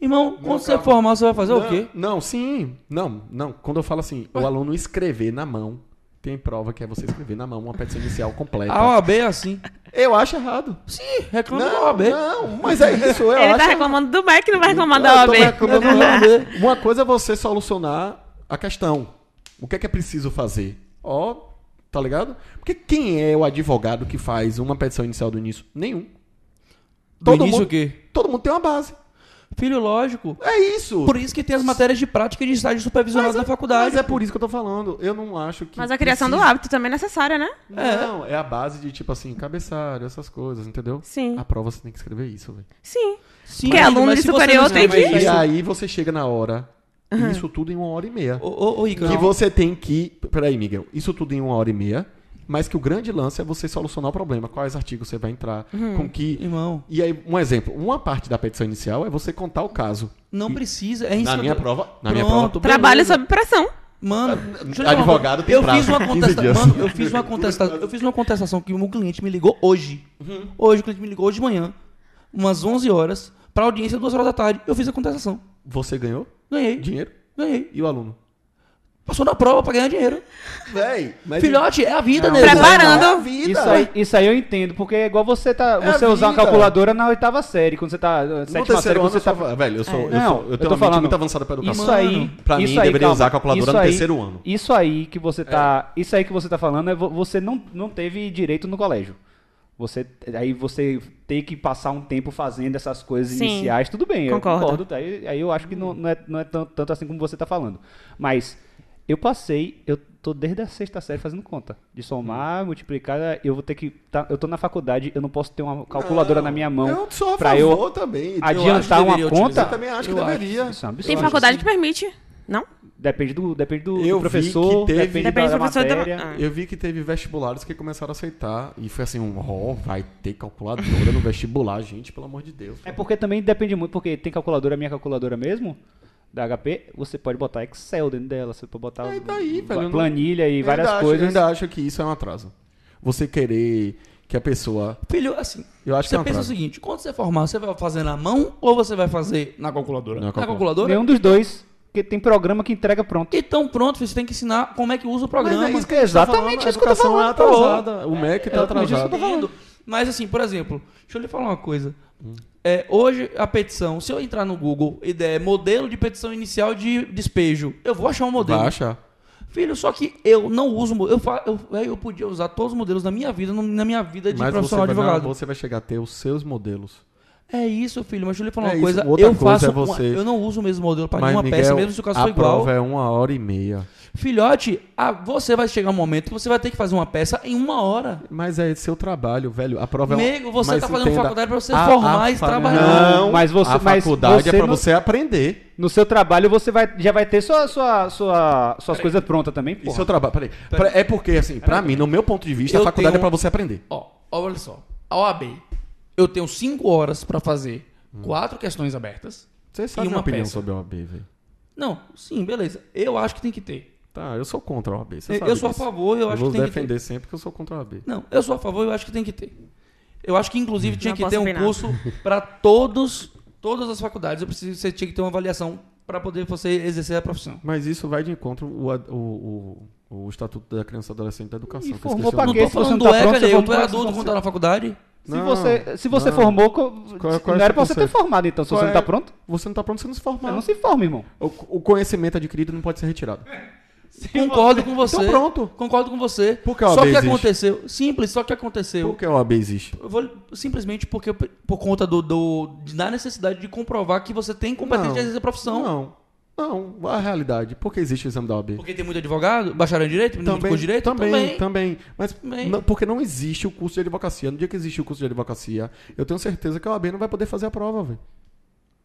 S1: Irmão,
S2: Não,
S1: quando você
S2: calma.
S1: formar, você vai fazer
S2: não,
S1: o quê?
S2: Não, sim. Não, não. Quando eu falo assim, o aluno escrever na mão, tem prova que é você escrever na mão uma petição
S1: Ah,
S2: inicial completa.
S1: A OAB é assim.
S2: Eu acho errado.
S1: Sim, reclama da
S2: Não,
S1: OAB.
S2: não, mas é isso. Eu
S4: Ele
S2: acho
S4: tá reclamando do Mac, não vai reclamar da
S2: Então, Eu
S4: OAB.
S2: tô reclamando da OAB. Uma coisa é você solucionar a questão. O que é que é preciso fazer? Ó, tá ligado? Porque quem é o advogado que faz uma petição inicial do início? Nenhum.
S1: Do
S2: Todo
S1: início
S2: mundo-
S1: o quê?
S2: Todo mundo tem uma base.
S1: Filho, lógico.
S2: É isso.
S1: Por isso que tem as matérias de prática e de estágio supervisionado na faculdade.
S2: Mas é por isso que eu tô falando. Eu não acho que.
S4: Mas a criação do hábito também é necessária, né?
S2: Não, é a base de tipo assim, cabeçário, essas coisas, entendeu?
S4: Sim.
S2: A prova você tem que escrever isso, velho.
S4: Sim.
S1: Sim,
S4: Porque aluno
S1: mas
S4: de
S1: se você não
S4: superior tem
S1: escrever
S4: que-
S2: E
S1: isso-
S2: aí você chega na hora, e isso tudo em uma hora e meia.
S1: Ô, ô, ô, Ícaro.
S2: Que você tem que. Peraí, Miguel. Isso tudo em uma hora e meia. Mas que o grande lance é você solucionar o problema. Quais artigos você vai entrar? Com que.
S1: Irmão,
S2: E aí, um exemplo. Uma parte da petição inicial é você contar o caso.
S1: não
S2: E-
S1: precisa. É isso
S2: Na
S1: que eu
S2: minha
S1: tô-
S2: prova. Na minha prova.
S1: Pronto,
S4: Trabalho
S1: beleza.
S4: sob pressão.
S1: Mano, deixa eu te
S2: Advogado
S1: falar,
S2: tem
S1: eu
S2: prazo
S1: fiz uma
S2: de 15
S1: contestação.
S2: dias.
S1: Mano, eu fiz uma contestação. Eu fiz uma contestação que um cliente me ligou hoje. Hoje, o cliente me ligou hoje de manhã, umas 11 horas, pra audiência, duas horas da tarde. Eu fiz a contestação.
S2: Você ganhou
S1: Ganhei,
S2: dinheiro
S1: ganhei.
S2: e o aluno.
S1: Passou na prova pra ganhar dinheiro.
S2: Véi, mas.
S1: Filhote, é a vida,
S3: Não,
S1: nego.
S4: prepara- Preparando.
S2: a é vida.
S3: Isso aí, isso aí eu entendo, porque é igual você tá.
S2: É a
S3: você usar uma
S2: vida.
S3: calculadora na oitava série, quando você tá. eh,
S2: No
S3: Sétima série,
S2: terceiro ano,
S3: quando você
S2: você
S3: tá.
S2: Velho, eu sou.
S3: É.
S2: Eu,
S3: Não,
S2: sou, eu tenho
S3: eu tô
S2: uma mente
S3: falando.
S2: muito avançada pra educação.
S3: Isso aí.
S2: Pra mim,
S3: isso aí,
S2: deveria
S3: calma.
S2: usar a calculadora
S3: Isso
S2: no
S3: aí-
S2: terceiro ano.
S3: Isso aí que você tá. Isso aí que você tá falando é vo- você não, não teve direito no colégio. Você, aí você tem que passar um tempo fazendo essas coisas
S4: Sim.
S3: iniciais, tudo bem.
S4: Concordo.
S3: Eu concordo. tá? Aí, aí eu acho que não, não é, não é tan- tanto, assim como você tá falando. Mas eu passei, eu tô desde a sexta série fazendo conta. De somar, multiplicar, eu vou ter que. tá- eu tô na faculdade, eu não posso ter uma calculadora na minha mão.
S2: Eu sou a
S3: pra
S2: favor
S3: eu
S2: também. Eu acho que
S3: adiantar
S2: deveria
S3: uma
S1: utilizar.
S3: conta.
S2: Eu também acho que
S1: Eu acho
S2: deveria.
S3: Isso é um absurdo.
S4: Tem faculdade que permite. Não?
S3: Depende do, depende do, do
S2: Eu vi
S3: professor,
S2: que teve-
S3: depende,
S4: Depende
S3: da,
S4: do professor e da-
S3: matéria.
S4: ah.
S2: Eu vi que teve vestibulares que começaram a aceitar. E foi assim, um, ó, vai ter calculadora no vestibular, gente, pelo amor de Deus.
S3: É porque também depende muito, porque tem calculadora, minha calculadora mesmo, da HP, você pode botar Excel dentro dela, você pode botar
S2: Aí tá aí, velho, eu não-
S3: planilha e
S2: Eu
S3: várias
S2: ainda acho- eu
S3: coisas.
S2: ainda acho que isso é um atraso. Você querer que a pessoa.
S1: Filho, assim,
S2: Eu acho
S1: você
S2: que é um
S1: pensa o
S2: atraso.
S1: seguinte, quando você formar, você vai fazer na mão ou você vai fazer na calculadora?
S2: Na
S1: Na
S2: calculadora.
S1: calculadora?
S3: Nenhum dos dois, porque tem programa que entrega pronto.
S1: Então pronto, filho, você tem que ensinar como é que usa o programa.
S2: Mas é isso que a gente tá
S3: Exatamente
S2: falando,
S3: isso que eu tô
S2: A educação
S3: falando, pô.
S2: é atrasada. O MEC
S1: É
S2: tá
S1: exatamente isso que
S2: atrasado.
S1: eu tô falando. Mas assim, por exemplo, deixa eu lhe falar uma coisa.
S2: Hum.
S1: É, hoje a petição, se eu entrar no Google e der modelo de petição inicial de despejo, eu vou achar um modelo.
S2: Baixa.
S1: Filho, só que eu não uso. mo- Eu, fa- eu, véi, eu podia usar todos os modelos na minha vida, no- na minha vida de
S2: Mas você
S1: profissional
S2: vai,
S1: advogado.
S2: não, você vai chegar a ter os seus modelos.
S1: É isso, filho, mas deixa eu lhe falar
S2: É
S1: uma
S2: isso,
S1: coisa.
S2: outra
S1: eu
S2: coisa
S1: faço.
S2: é
S1: uma-
S2: você-
S1: eu não uso o mesmo modelo para
S2: Mas,
S1: nenhuma
S2: Miguel,
S1: peça, mesmo se o caso
S2: a
S1: for igual.
S2: prova é uma hora e meia.
S1: Filhote, ah, você vai chegar um momento que você vai ter que fazer uma peça em uma hora.
S2: Mas é seu trabalho, velho. A prova é
S1: Nego, você
S2: mas
S1: tá fazendo
S2: entenda,
S1: faculdade pra você
S2: a-
S1: formar
S2: a
S1: e
S2: fa-
S1: trabalhar.
S2: Não, mas
S3: Mas
S2: você,
S3: você-
S2: a
S3: mas
S2: faculdade
S3: você
S2: é pra
S3: não-
S2: você aprender.
S3: No seu trabalho você vai, já vai ter sua, sua, sua, suas coisas prontas também,
S2: E
S3: pô.
S2: seu trabalho, peraí. Pra- É porque, assim, pra mim, no meu ponto de vista, a
S1: Eu
S2: faculdade
S1: tenho-
S2: é pra você aprender.
S1: Ó, olha só. A OAB, eu tenho cinco horas pra fazer
S2: Hum.
S1: quatro questões abertas.
S2: Você sabe
S1: E
S2: uma
S1: uma
S2: opinião
S1: peça.
S2: sobre a OAB, velho.
S1: Não, sim, beleza. Eu acho que tem que ter.
S2: Tá, eu sou contra a OAB. Você
S1: Eu,
S2: sabe
S1: eu sou a
S2: disso.
S1: favor, eu,
S2: Eu,
S1: acho
S2: vou
S1: que tem
S2: defender sempre que eu sou contra a OAB.
S1: que ter. Não, eu sou a favor, eu acho que tem que ter. Eu acho que inclusive tinha
S4: Não
S1: que
S4: posso
S1: ter um
S4: opinar.
S1: curso pra todos, todas as faculdades. Eu preciso, você tinha que ter uma avaliação pra poder você exercer a profissão.
S2: Mas isso vai de encontro o, ad- o, o, o Estatuto da Criança e Adolescente da Educação.
S3: E
S2: que eu
S3: formou
S2: esqueci o
S3: pra
S2: nome.
S3: quê?
S1: Tô
S3: se você
S1: falando
S3: não
S1: do
S3: tá pronto,
S1: ECA,
S3: você
S1: eu
S3: formou,
S1: tô
S3: você
S1: era
S3: não
S1: adulto quando
S3: precisa.
S1: tá na faculdade.
S3: Se
S2: Não,
S3: você, se você
S2: não.
S3: formou, co-
S2: Qual- qual é
S3: não era
S2: o
S3: pra você ter
S2: conceito?
S3: formado, então. Se
S2: Qual
S3: você
S2: é?
S3: não tá pronto,
S2: Você não tá pronto, você não se
S3: você
S2: formar.
S3: não se forma, irmão.
S2: O, o conhecimento adquirido não pode ser retirado.
S1: Concordo com você.
S2: Então pronto.
S1: Concordo com você.
S2: Por que é a
S1: só
S2: OAB
S1: que
S2: existe?
S1: aconteceu. Simples, só que aconteceu.
S2: Por que a OAB existe?
S1: Eu vou simplesmente porque por conta do, do da necessidade de comprovar que você tem competência
S2: Não.
S1: de exercer a profissão.
S2: Não. Não, a realidade. Por que existe o exame da OAB?
S1: Porque tem muito advogado, bacharel em direito, menino com direito,
S2: também, também, Mas
S1: Também.
S2: não- porque não existe o curso de advocacia. No dia que existe o curso de advocacia, eu tenho certeza que a OAB não vai poder fazer a prova, velho.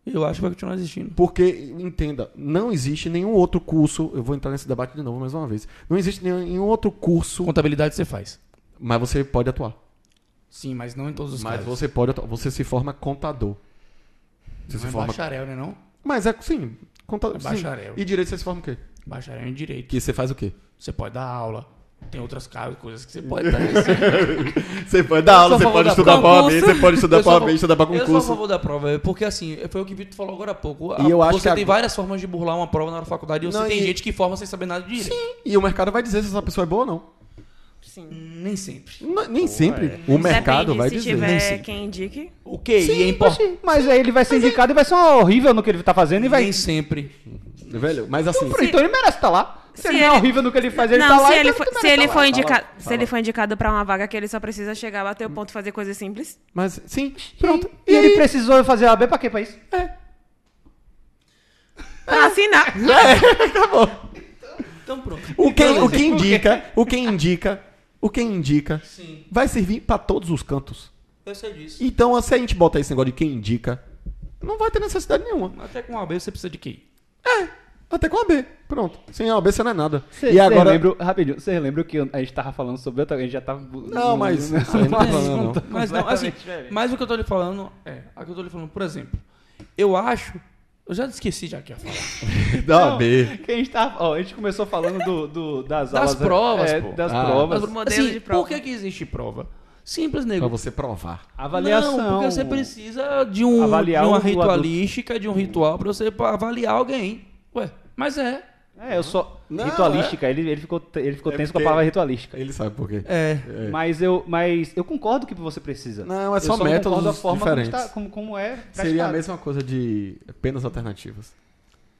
S1: Eu acho que vai continuar existindo.
S2: Porque, entenda, não existe nenhum outro curso. Eu vou entrar nesse debate de novo mais uma vez. Não existe nenhum outro curso,
S1: Contabilidade você faz.
S2: mas você pode atuar.
S1: Sim, mas não em todos os
S2: Mas
S1: casos.
S2: você pode atuar. Você se forma contador. Você se
S1: não é
S2: forma.
S1: bacharel, né não?
S2: Mas é, sim, contador.
S1: É
S2: sim.
S1: bacharel.
S2: E direito você se forma o quê?
S1: Bacharel em direito.
S2: Que você faz o quê?
S1: Você pode dar aula. Tem outras caras, coisas que você pode dar. isso.
S2: Você pode dar aula,
S1: Eu sou a
S2: você
S1: favor
S2: pode
S1: da-
S2: estudar pra OAB,
S1: concurso.
S2: você pode estudar
S1: Eu
S2: pra
S1: sou a
S2: OAB,
S1: favor-
S2: estudar pra
S1: Eu sou a
S2: concurso.
S1: favor da prova, é, porque assim, foi o que o Vitor falou agora há pouco. A-
S2: E eu acho
S1: você
S2: que
S1: tem
S2: a-
S1: várias formas de burlar uma prova na faculdade e você
S2: Não,
S1: tem
S2: e-
S1: gente que forma sem saber nada de direito.
S2: E o mercado vai dizer se essa pessoa é boa ou não.
S4: Sim.
S1: Nem sempre.
S2: Não- nem sempre. O mercado
S4: Depende,
S2: vai
S4: se
S2: dizer.
S4: tiver
S2: Nem sempre.
S4: quem indique.
S1: O que? E é importante.
S3: Oxi, Mas aí ele vai ser indicado e vai ser uma horrível no que ele tá fazendo e vai.
S1: Nem sempre.
S2: Velho, mas assim.
S3: Então ele merece estar lá. Se,
S4: Se
S3: ele não é
S4: ele-
S3: horrível no que ele faz, ele tá
S4: não,
S3: lá.
S4: se
S3: então
S4: ele
S3: ele
S4: for,
S3: merece
S4: se ele
S3: tá
S4: for
S3: lá.
S4: indicado, se ele for indicado para uma vaga que ele só precisa chegar, bater o ponto, fazer coisas simples.
S2: Mas sim,
S3: Pronto.
S2: pronto. É,
S3: E, ele precisou fazer a AB pra quê? Pra isso?
S4: Pra assinar.
S1: Então pronto.
S2: O que, o que indica, o que indica, o que indica,
S1: Sim,
S2: vai servir pra todos os cantos.
S1: eu sei disso.
S2: Então, se a gente botar esse negócio de quem indica, não vai ter necessidade nenhuma.
S1: Até com a B você precisa de QI.
S2: Até com a B. Pronto. Sem a B você não é nada.
S3: Cê,
S2: e agora.
S3: Lembro, rapidinho, vocês lembram que a gente tava falando sobre outra. A gente já tava. né?
S2: Não, mas. isso aí não tá falando, não.
S1: Mas não, assim,
S3: Completamente diferente.
S1: mas o que eu tô lhe falando é, o que eu tô lhe falando, por exemplo, eu acho, eu já esqueci já que ia falar.
S2: Da B.
S3: Que a, gente tava, ó, a gente começou falando do, do- das,
S1: Das
S3: aulas.
S1: provas,
S3: é,
S1: pô.
S3: Das
S2: Ah.
S3: provas.
S4: Mas- Modelo de prova.
S1: Assim, Por que que existe prova? Simples, nego.
S2: Pra você provar.
S3: Avaliação.
S1: Não, porque você precisa de, um,
S3: Avaliar
S1: de uma
S3: o- o
S1: ritualística, de um ritual pra você pa- avaliar alguém. Ué, mas é.
S3: É, eu só.
S2: Não,
S3: ritualística, ele, ele ficou, ele ficou
S2: É
S3: tenso com a
S2: porque-
S3: palavra ritualística.
S2: Ele sabe por quê.
S1: É.
S2: É.
S3: Mas, eu, mas eu concordo que você precisa.
S2: Não, é
S3: Eu
S2: só
S3: não
S2: métodos
S3: concordo a forma como
S2: diferentes.
S3: está- Como, como é
S2: Seria a
S3: praticado.
S2: mesma coisa de penas alternativas.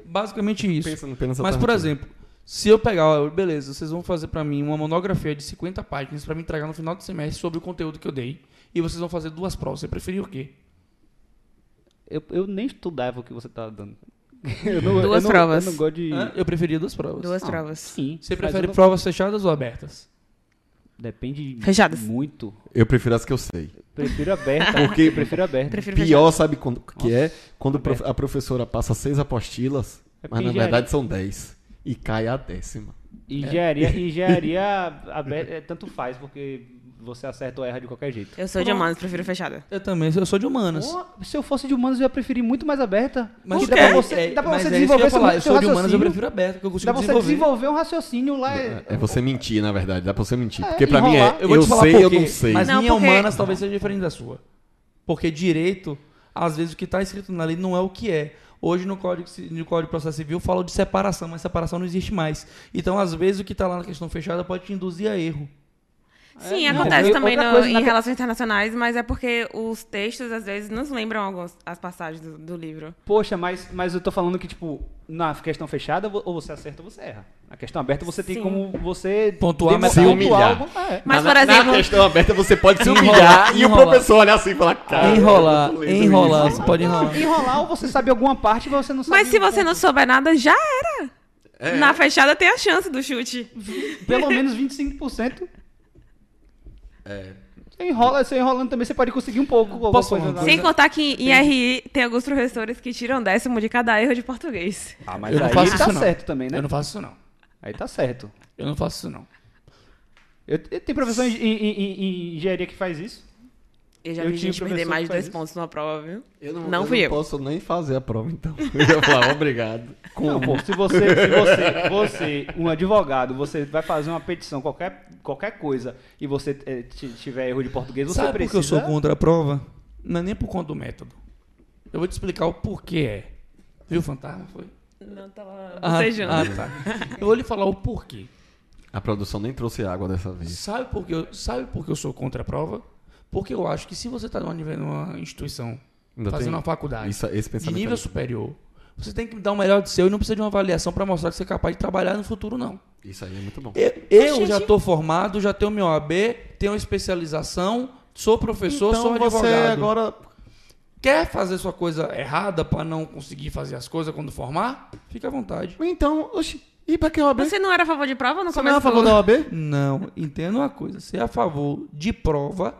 S1: Basicamente isso.
S2: Pensa no penas
S1: Mas,
S2: alternativas.
S1: por exemplo, se eu pegar, ó, beleza, vocês vão fazer pra mim uma monografia de 50 páginas pra me entregar no final do semestre sobre o conteúdo que eu dei. E vocês vão fazer duas provas. Você preferiu o quê?
S3: Eu, eu nem estudava o que você tá dando. Eu não- eu
S4: Duas
S3: não-
S4: provas.
S3: Eu não gosto de.
S1: Hã? Eu preferia duas provas.
S4: Duas
S3: Ah,
S4: provas.
S3: Sim.
S1: Você
S3: mas
S1: prefere
S3: eu não-
S1: provas fechadas ou abertas?
S3: Depende
S4: Fechadas.
S3: muito.
S2: Eu prefiro as que eu sei.
S3: Prefiro aberta.
S2: Porque-
S3: Prefiro aberta.
S4: Prefiro fechar.
S2: Pior, sabe quando que é? Quando prof- a professora passa seis apostilas,
S3: É
S2: mas na
S3: engenharia.
S2: verdade são dez. E cai a décima.
S3: Engenharia, engenharia aberta, é, tanto faz, porque você acerta ou erra de qualquer jeito.
S4: Eu sou de humanos, prefiro fechada.
S1: Eu também, eu sou de humanas.
S3: Pô, se eu fosse de humanos, eu ia preferir muito mais aberta.
S1: Mas
S3: Que dá
S1: é,
S3: pra você,
S1: é,
S3: dá pra
S1: mas
S3: você
S1: é isso que eu
S3: desenvolver
S1: ia falar.
S3: seu,
S1: Eu
S3: seu
S1: sou de humanas, eu
S3: raciocínio.
S1: prefiro aberto, porque eu consigo
S3: Dá pra você
S1: desenvolver.
S3: desenvolver um raciocínio lá. é-
S2: É você mentir, na verdade. Dá pra você mentir.
S3: É,
S2: Porque pra mim
S3: enrolar.
S2: é,
S1: Eu
S2: eu,
S1: vou te falar
S2: sei,
S1: por
S2: eu
S1: quê,
S2: não sei.
S1: Mas
S4: Não,
S1: minha
S4: porque-
S1: humanas talvez seja diferente da sua. Porque direito, às vezes o que está escrito na lei não é o que é. Hoje no Código, Ci- no Código de Processo Civil fala de separação, mas separação não existe mais. Então, às vezes, o que está lá na questão fechada pode te induzir a erro.
S4: Sim,
S3: É, não,
S4: acontece
S3: eu-
S4: também
S3: outra
S4: no-
S3: coisa,
S4: em
S3: na-
S4: relações internacionais, mas é porque os textos às vezes nos lembram algumas, as passagens do, do livro.
S3: Poxa, mas, mas eu tô falando que, tipo, na questão fechada, vo- ou você acerta ou você erra. Na questão aberta, você tem
S4: Sim.
S3: como você...
S1: Pontuar, mas
S3: demonstrar-
S2: se humilhar.
S3: pontuar, é.
S4: Mas,
S2: na,
S4: por exemplo-
S2: Na questão aberta você pode se
S1: Enrolar,
S2: humilhar e o
S1: enrolar.
S2: professor olhar assim e falar, cara.
S1: enrolar,
S2: eu tô lendo
S1: enrolar,
S2: isso.
S1: você pode enrolar.
S3: Enrolar ou você sabe alguma parte, mas você não sabe...
S4: Mas se
S3: o
S4: você
S3: ponto. É.
S4: não souber nada, já era. Na fechada tem a chance do chute.
S3: Pelo menos 25%. É. Você enrola, você enrolando também, você pode conseguir um pouco. alguma
S1: Posso
S3: coisa
S1: falar uma
S3: lá.
S1: coisa?
S4: Sem contar que em IRI tem alguns professores que tiram décimo de cada erro de português.
S3: Ah, mas
S1: Eu não
S3: aí
S1: faço
S3: tá
S1: isso, não.
S3: certo também, né?
S1: Eu não faço isso, não.
S3: Aí tá certo.
S1: Eu não faço isso, não.
S3: Eu, eu- tem professor em, em- em- em engenharia que faz isso.
S4: Eu já
S3: Eu
S4: vi
S3: tinha
S4: gente
S3: um
S4: perder
S3: professor
S4: mais
S3: que
S4: de
S3: faz
S4: dois
S3: isso.
S4: pontos numa prova, viu?
S2: Eu
S4: Não fui eu.
S2: posso nem fazer a prova, então. Eu ia falar, obrigado.
S3: Não, pô, se você, se você, você, um advogado, você vai fazer uma petição, qualquer, qualquer coisa, e você eh, ti- tiver erro de português, você
S1: Sabe por que
S3: precisa...
S1: eu sou contra a prova? Não é nem por conta do método. Eu vou te explicar o porquê é. Viu, fantasma? Foi?
S4: Não tava
S1: Ah,
S4: bocejando.
S1: ah, tá. Eu vou lhe falar o porquê.
S2: A produção nem trouxe água dessa vez.
S1: Sabe por que eu, sabe por que eu sou contra a prova? Porque eu acho que se você está numa, nive- numa instituição,
S2: Ainda
S1: fazendo
S2: tem
S1: uma faculdade
S2: Isso,
S1: de
S2: esse pensamento.
S1: nível
S2: é-
S1: superior, você tem que dar o melhor de seu e não precisa de uma avaliação para mostrar que você é capaz de trabalhar no futuro, não.
S2: Isso aí é muito bom.
S1: Eu, eu já estou formado, já tenho meu OAB, tenho uma especialização, sou professor, sou um
S2: então
S1: advogado.
S2: você agora
S1: Quer fazer sua coisa errada para não conseguir fazer as coisas quando formar? Fica à vontade.
S2: Então, oxi, e pra que OAB?
S4: Você não era a favor de prova no
S2: Você não é
S4: começo?
S2: a favor
S4: do-
S2: da OAB?
S1: Não, entenda uma coisa. Ser a favor de prova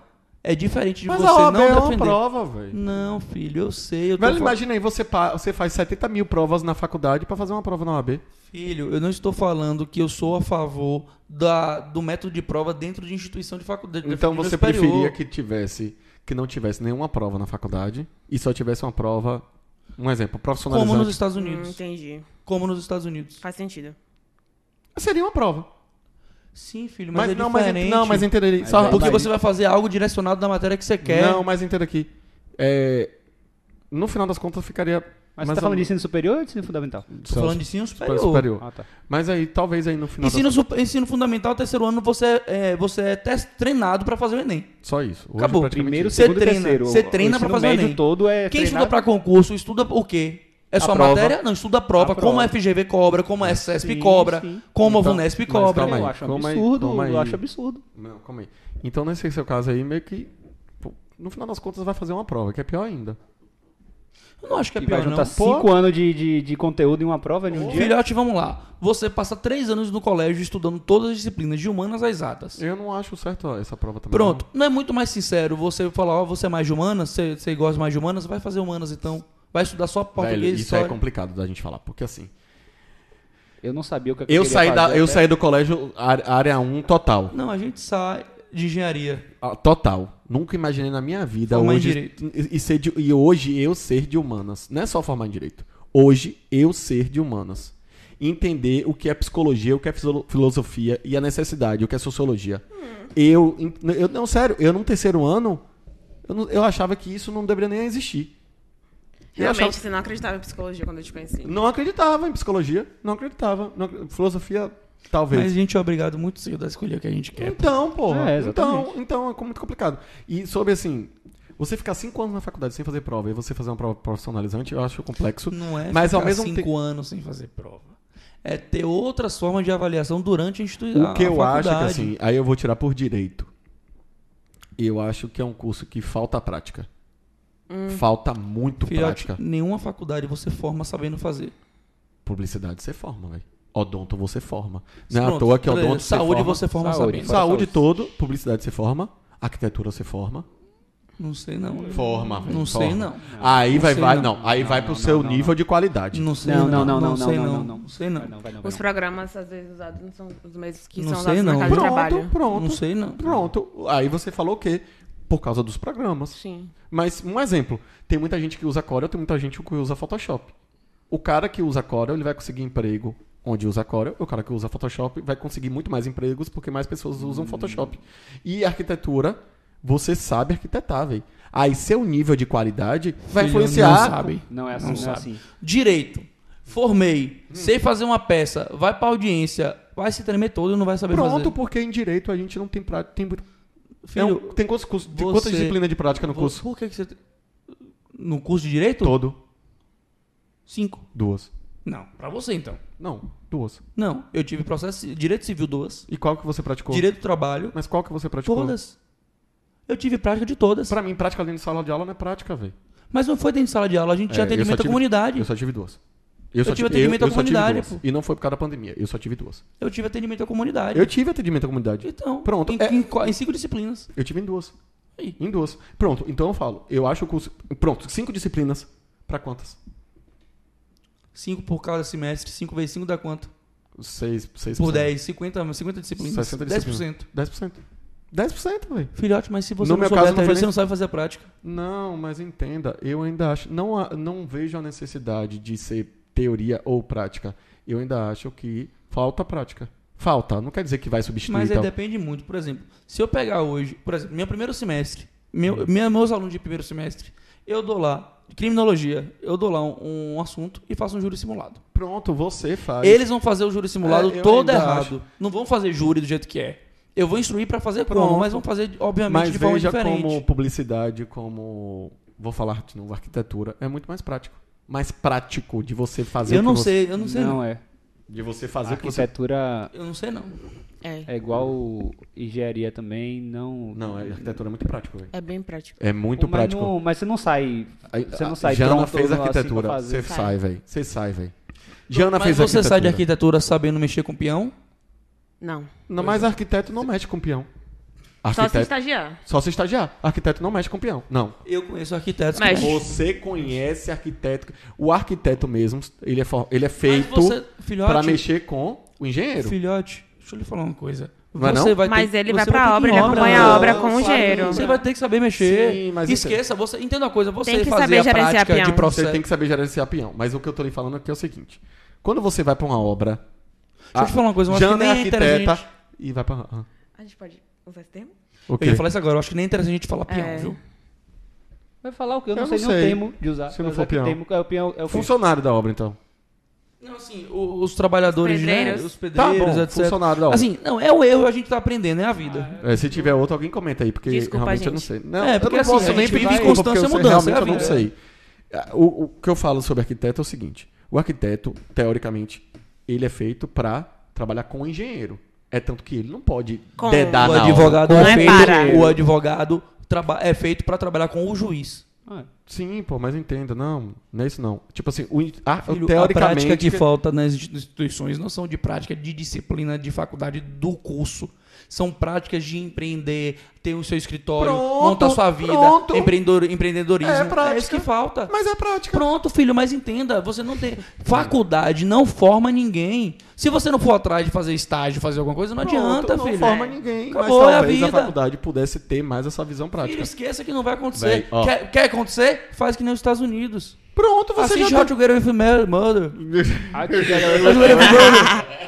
S1: é diferente de
S2: Mas
S1: você
S2: a OAB
S1: não
S2: é uma
S1: defender.
S2: prova, velho.
S1: Não, filho, eu sei. Eu tô
S2: Velho,
S1: fal-
S2: imagina aí, você, pa- você faz 70 mil provas na faculdade pra fazer uma prova na OAB.
S1: Filho, eu não estou falando que eu sou a favor da, do método de prova dentro de instituição de faculdade. de
S2: Então
S1: nível
S2: você
S1: superior.
S2: preferia que tivesse, que não tivesse nenhuma prova na faculdade e só tivesse uma prova, um exemplo, profissionalizante.
S1: Como nos Estados
S4: Hum,
S1: Unidos.
S4: entendi.
S1: como nos Estados Unidos.
S4: Faz sentido.
S2: Seria uma prova.
S1: Sim, filho, mas,
S2: Mas,
S1: é
S2: não, mas,
S1: diferente.
S2: ent- não, mas então entenda aí.
S3: Mas
S2: Só,
S3: aí
S1: Porque
S3: vai-
S1: você vai fazer algo direcionado na matéria que você quer.
S2: Não, mas entenda aqui. É, no final das contas, ficaria. mais
S3: Mas, você tá
S2: ou-
S3: falando de ensino superior ou de ensino fundamental?
S1: Tô falando de ensino superior.
S2: superior.
S3: Ah, tá.
S2: Mas aí, talvez aí no final.
S1: Ensino, sup- ensino fundamental, terceiro ano, você é, você é test- treinado para fazer o Enem.
S2: das- Só isso. Hoje,
S1: Acabou.
S2: praticamente
S3: Primeiro,
S2: isso.
S1: Você
S3: segundo e
S1: treina-
S3: terceiro.
S1: você
S3: O- o
S1: treina pra
S3: ensino
S1: fazer o
S3: médio
S1: Enem.
S3: todo é
S1: Quem
S3: treinar
S1: estuda para concurso, estuda o quê? É só
S3: prova.
S1: matéria? Não, estuda a prova,
S3: A
S1: como
S3: prova.
S1: a FGV cobra, como a SESP
S3: Sim,
S1: cobra,
S3: sim.
S1: como
S2: Então,
S1: a VUNESP
S2: mas
S1: cobra.
S2: calma aí.
S3: Eu acho um
S2: calma aí,
S3: absurdo,
S2: calma
S3: eu
S2: aí.
S3: acho absurdo.
S2: Não, calma aí. Então, nesse seu caso aí, meio que. pô, No final das contas, vai fazer uma prova, que é pior ainda.
S1: Eu não acho que é
S3: Que vai
S1: pior, não.
S3: juntar cinco anos de, de, de conteúdo em uma prova em um dia.
S1: Filhote, vamos lá. Você passa três anos no colégio estudando todas as disciplinas, de humanas às exatas.
S2: Eu não acho certo ó, essa prova também.
S3: Uhum.
S1: Pronto. Não é muito mais sincero você falar, ó, você é mais de humanas, você, você gosta mais de humanas, vai fazer humanas então. Vai estudar só
S2: não. Velho,
S1: português e
S2: isso
S1: história.
S2: é complicado da gente falar, porque assim.
S3: Eu não sabia o que
S2: Eu
S3: queria
S2: saí, da-
S3: fazer
S2: eu
S3: até-
S2: saí do colégio área área 1 total.
S1: Não, a gente sai de engenharia.
S2: Ah, Total. Nunca imaginei na minha vida
S1: Formar em
S2: hoje
S1: direito.
S2: e, e ser de- e hoje eu ser de humanas. Não é só formar em direito. Hoje eu ser de humanas. Entender o que é psicologia, o que é fisolo- filosofia e a necessidade, o que é sociologia. Eu, em- eu não sério, eu no terceiro ano eu, não- eu achava que isso não deveria nem existir. Eu
S4: Realmente,
S2: achava-
S4: você não acreditava em psicologia quando eu te conheci.
S2: não acreditava em psicologia, não acreditava, não acre- filosofia talvez.
S1: Mas a gente é obrigado muito cedo a escolher o que a gente quer.
S2: Então, porra.
S3: É, exatamente.
S2: então, então é co- muito complicado. E sobre assim, você ficar cinco anos na faculdade sem fazer prova e você fazer uma prova profissionalizante, eu acho complexo.
S1: Não é
S2: Mas ao
S1: ficar
S2: mesmo
S1: cinco
S2: tempo-
S1: anos sem fazer prova. É ter outras formas de avaliação durante a instituição.
S2: O que eu acho que assim, aí eu vou tirar por direito. Eu acho que é um curso que falta prática.
S1: Hum.
S2: Falta muito
S1: Filhote,
S2: prática.
S1: nenhuma faculdade você forma sabendo fazer.
S2: Publicidade você forma, velho. Odonto você forma. Não é à
S1: Pronto,
S2: toa que
S1: beleza.
S2: odonto você
S1: Saúde
S2: forma.
S1: você forma
S3: Saúde.
S1: sabendo.
S3: Fora
S2: Saúde
S3: saúde.
S2: todo, publicidade você forma, arquitetura você forma.
S1: Não sei não.
S2: Forma, velho.
S1: Não sei, não.
S2: Aí
S1: Não
S2: vai,
S1: sei,
S2: vai,
S1: não.
S2: não. Aí vai pro seu nível de qualidade.
S1: Não sei
S3: Não,
S1: não.
S3: não, não, não,
S1: sei
S3: não,
S1: não.
S3: não, não.
S1: sei não.
S3: Vai não, vai não, vai
S4: Os
S3: não.
S4: programas, às vezes, usados não são os mesmos que
S1: Não
S4: são
S1: sei,
S4: usados
S1: não.
S4: na casa Tá de
S2: Pronto,
S4: trabalho.
S2: pronto.
S1: Não sei não.
S2: Pronto. Aí você falou o quê? Por causa dos programas.
S4: Sim.
S2: Mas, um exemplo, tem muita gente que usa Corel, tem muita gente que usa Photoshop. O cara que usa Corel, ele vai conseguir emprego onde usa Corel, o cara que usa Photoshop vai conseguir muito mais empregos porque mais pessoas
S1: Hum.
S2: usam Photoshop. E arquitetura, você sabe arquitetar, velho. Aí seu nível de qualidade vai
S1: Filho,
S2: influenciar.
S1: Não sabe.
S3: Não é assim,
S1: Não
S3: não, é
S1: sabe.
S3: assim.
S1: Direito. Formei.
S2: Hum.
S1: Sei fazer uma peça. Vai pra audiência. Vai se tremer todo e não vai saber
S2: Pronto,
S1: fazer.
S2: porque em direito a gente não tem prática. Tem, é um-
S1: Filho,
S2: tem quantos cursos, de
S1: você-
S2: quantas disciplinas de prática no
S1: vo-
S2: É um curso?
S1: Por que, que você... te- No curso de Direito?
S2: Todo.
S1: Cinco.
S2: Duas.
S1: Não. Pra você, então.
S2: Não, duas.
S1: Não. Eu tive processo... ci- Direito Civil, duas.
S2: E qual que você praticou?
S1: Direito do Trabalho,
S2: Mas qual que você praticou?
S1: todas. Eu tive prática de todas.
S2: Pra mim, prática dentro de sala de aula não é prática, velho.
S1: Mas não foi dentro de sala de aula. A gente tinha
S2: É, eu só
S1: atendimento à
S2: tive-
S1: comunidade.
S2: Eu só tive duas. Eu, só
S1: tive
S2: ti-
S1: atendimento à
S2: só tive
S1: comunidade,
S2: duas.
S1: pô.
S2: E não foi por causa da pandemia. Eu só tive duas.
S1: Eu tive atendimento à comunidade.
S2: Eu tive atendimento à comunidade.
S1: Então,
S2: Pronto,
S1: Em,
S2: é-
S1: em qua- em cinco disciplinas.
S2: Eu tive em duas.
S1: Aí.
S2: Em duas. Pronto, então eu falo. Eu acho o curso. Pronto, cinco disciplinas. Pra quantas?
S1: Cinco por cada semestre, cinco vezes cinco dá quanto?
S2: Seis, seis
S1: Por
S2: por cento.
S1: 10, 50, 50 disciplinas.
S2: 60 disciplinas.
S1: 10%.
S2: 10%. 10%, velho.
S1: Filhote, mas se você
S2: No
S1: não
S2: meu
S1: souber
S2: caso, não
S1: a teoria,
S2: foi
S1: você
S2: nem-
S1: não sabe fazer a prática.
S2: Não, mas entenda, eu ainda acho, não, a- não vejo a necessidade de ser teoria ou prática. Eu ainda acho que falta prática. Falta, não quer dizer que vai substituir.
S1: Mas é aí
S2: tal.
S1: depende muito. Por exemplo, se eu pegar hoje, por exemplo, meu primeiro semestre,
S2: Hum.
S1: meu, minha- meus alunos de primeiro semestre, eu dou lá, criminologia, eu dou lá um, um assunto e faço um júri simulado.
S2: Pronto, você faz.
S1: Eles vão fazer o júri simulado
S2: É, eu
S1: todo
S2: ainda
S1: errado.
S2: acho.
S1: Não vão fazer júri do jeito que é. Eu vou instruir pra fazer como,
S2: Pronto.
S1: mas vão fazer, obviamente,
S2: Mas
S1: de forma
S2: veja
S1: diferente.
S2: como publicidade, como vou falar de novo, arquitetura, é muito mais prático. Mais prático de você fazer
S1: Eu
S2: o
S1: não
S2: que você,
S1: sei, eu não sei não.
S3: Não é.
S2: de você fazer o que você
S3: Arquitetura
S1: Eu não sei não.
S4: É.
S3: é igual engenharia também, não.
S2: Não, é- arquitetura é muito prático, velho.
S4: É bem prático.
S2: É muito
S3: mas
S2: prático.
S3: Não, mas você não sai.
S2: Aí,
S3: Você
S2: a-
S3: não sai
S2: Jana
S3: pronto
S2: fez
S3: assim pra
S2: arquitetura.
S3: fazer.
S2: Você
S4: Sai.
S2: sai, velho. Você sai, velho. Jana
S1: Mas
S2: fez
S1: você
S2: arquitetura.
S1: sai de arquitetura sabendo mexer com peão?
S4: Não.
S2: Não, mas arquiteto não mexe com peão.
S4: Só se
S2: Arquiteto-
S4: estagiar.
S2: Só se estagiar. Arquiteto não mexe com peão. Não.
S1: Eu conheço arquitetos
S4: Mas-
S1: que mexem.
S2: Você conhece arquiteto. O arquiteto mesmo, ele é, for- ele é feito
S1: Mas você, filhote,
S2: para mexer com o engenheiro.
S1: filhote, deixa eu lhe falar uma coisa.
S2: Vai não?
S1: você vai
S4: Mas
S1: ter,
S4: ele
S1: você
S4: vai pra
S1: ter que ir
S4: obra, ele
S1: em
S4: acompanha
S1: não.
S4: a obra com
S2: Não,
S4: o
S2: sabe,
S4: engenheiro.
S1: Você vai ter que saber mexer.
S2: Sim, mas
S1: Esqueça, você entenda uma coisa, você
S4: Tem que
S1: fazer
S4: saber
S1: a
S4: gerenciar
S1: prática de
S4: peão.
S1: processo.
S2: Você tem que saber gerenciar peão. Mas o que eu tô lhe falando aqui é o seguinte: quando você vai para uma obra.
S1: Deixa eu te falar uma coisa, eu acho que
S2: Jana
S1: nem
S2: é
S1: é
S2: arquiteta.
S1: inteligente.
S2: e vai pra. ah,
S4: A gente pode usar esse termo?
S2: ok.
S1: Eu ia falar isso agora, eu acho que nem é interessante a gente falar peão,
S4: É.
S1: viu?
S3: Vai falar o quê? Eu,
S2: Eu
S3: não
S2: não
S3: sei, nem o
S2: sei.
S3: termo de usar.
S2: Se não
S3: Mas
S2: for
S3: é que
S2: peão.
S3: termo- é o peão. É o quê?
S2: Funcionário da obra, então.
S1: Não, assim, o- os trabalhadores,
S4: Os
S1: né?
S4: pedreiros.
S1: Os pedreiros,
S2: tá bom,
S1: etc.
S2: funcionário da obra.
S1: Assim, não, é o erro, a gente tá aprendendo, é a vida.
S2: É, se tiver outro, alguém comenta aí, porque
S4: Desculpa,
S2: realmente eu
S4: gente.
S2: não sei. Não,
S1: É,
S2: eu
S1: porque
S2: não
S1: assim,
S2: posso
S1: a
S2: nem
S1: gente
S2: pedir
S1: vai-
S2: desculpa, porque eu
S1: constância é
S2: sei-
S1: mudança,
S2: realmente eu
S1: é a
S2: não sei. O, o que eu falo sobre arquiteto é o seguinte. O arquiteto, teoricamente, ele é feito pra trabalhar com o engenheiro. É tanto que ele não pode
S4: Com
S2: dedar
S1: o
S2: na
S1: advogado
S2: obra.
S4: Não é
S1: é
S4: para.
S1: feito, o advogado traba- é feito para trabalhar com o juiz.
S3: Ah,
S2: Sim, pô, mas eu entendo. Não, não é isso não. Tipo assim, o, in- ah,
S1: Filho, a
S2: teoricamente...
S1: prática que falta nas instituições não são de prática de disciplina de faculdade do curso. São práticas de empreender, ter o seu escritório,
S2: Pronto,
S1: montar sua vida,
S2: pronto.
S1: empreendedor- empreendedorismo.
S2: É
S1: É,
S2: prática.
S1: isso que falta.
S2: Mas é prática.
S1: Pronto, filho, mas entenda, você não tem. Faculdade não forma ninguém. Se você não for atrás de fazer estágio, fazer alguma coisa, não adianta,
S2: não
S1: filho.
S2: forma ninguém.
S1: Acabou, é
S2: mas
S1: a
S2: talvez a,
S1: vida.
S2: faculdade pudesse ter mais essa visão
S1: Filho,
S2: prática.
S1: esqueça que não vai acontecer.
S2: Véi, ó.
S1: quer, quer acontecer? Faz que nem os Estados Unidos.
S2: Pronto, você
S1: Assiste
S2: já...
S1: How to Get Away with Murder.
S3: ah, que legal.
S1: How to Get Away with Murder.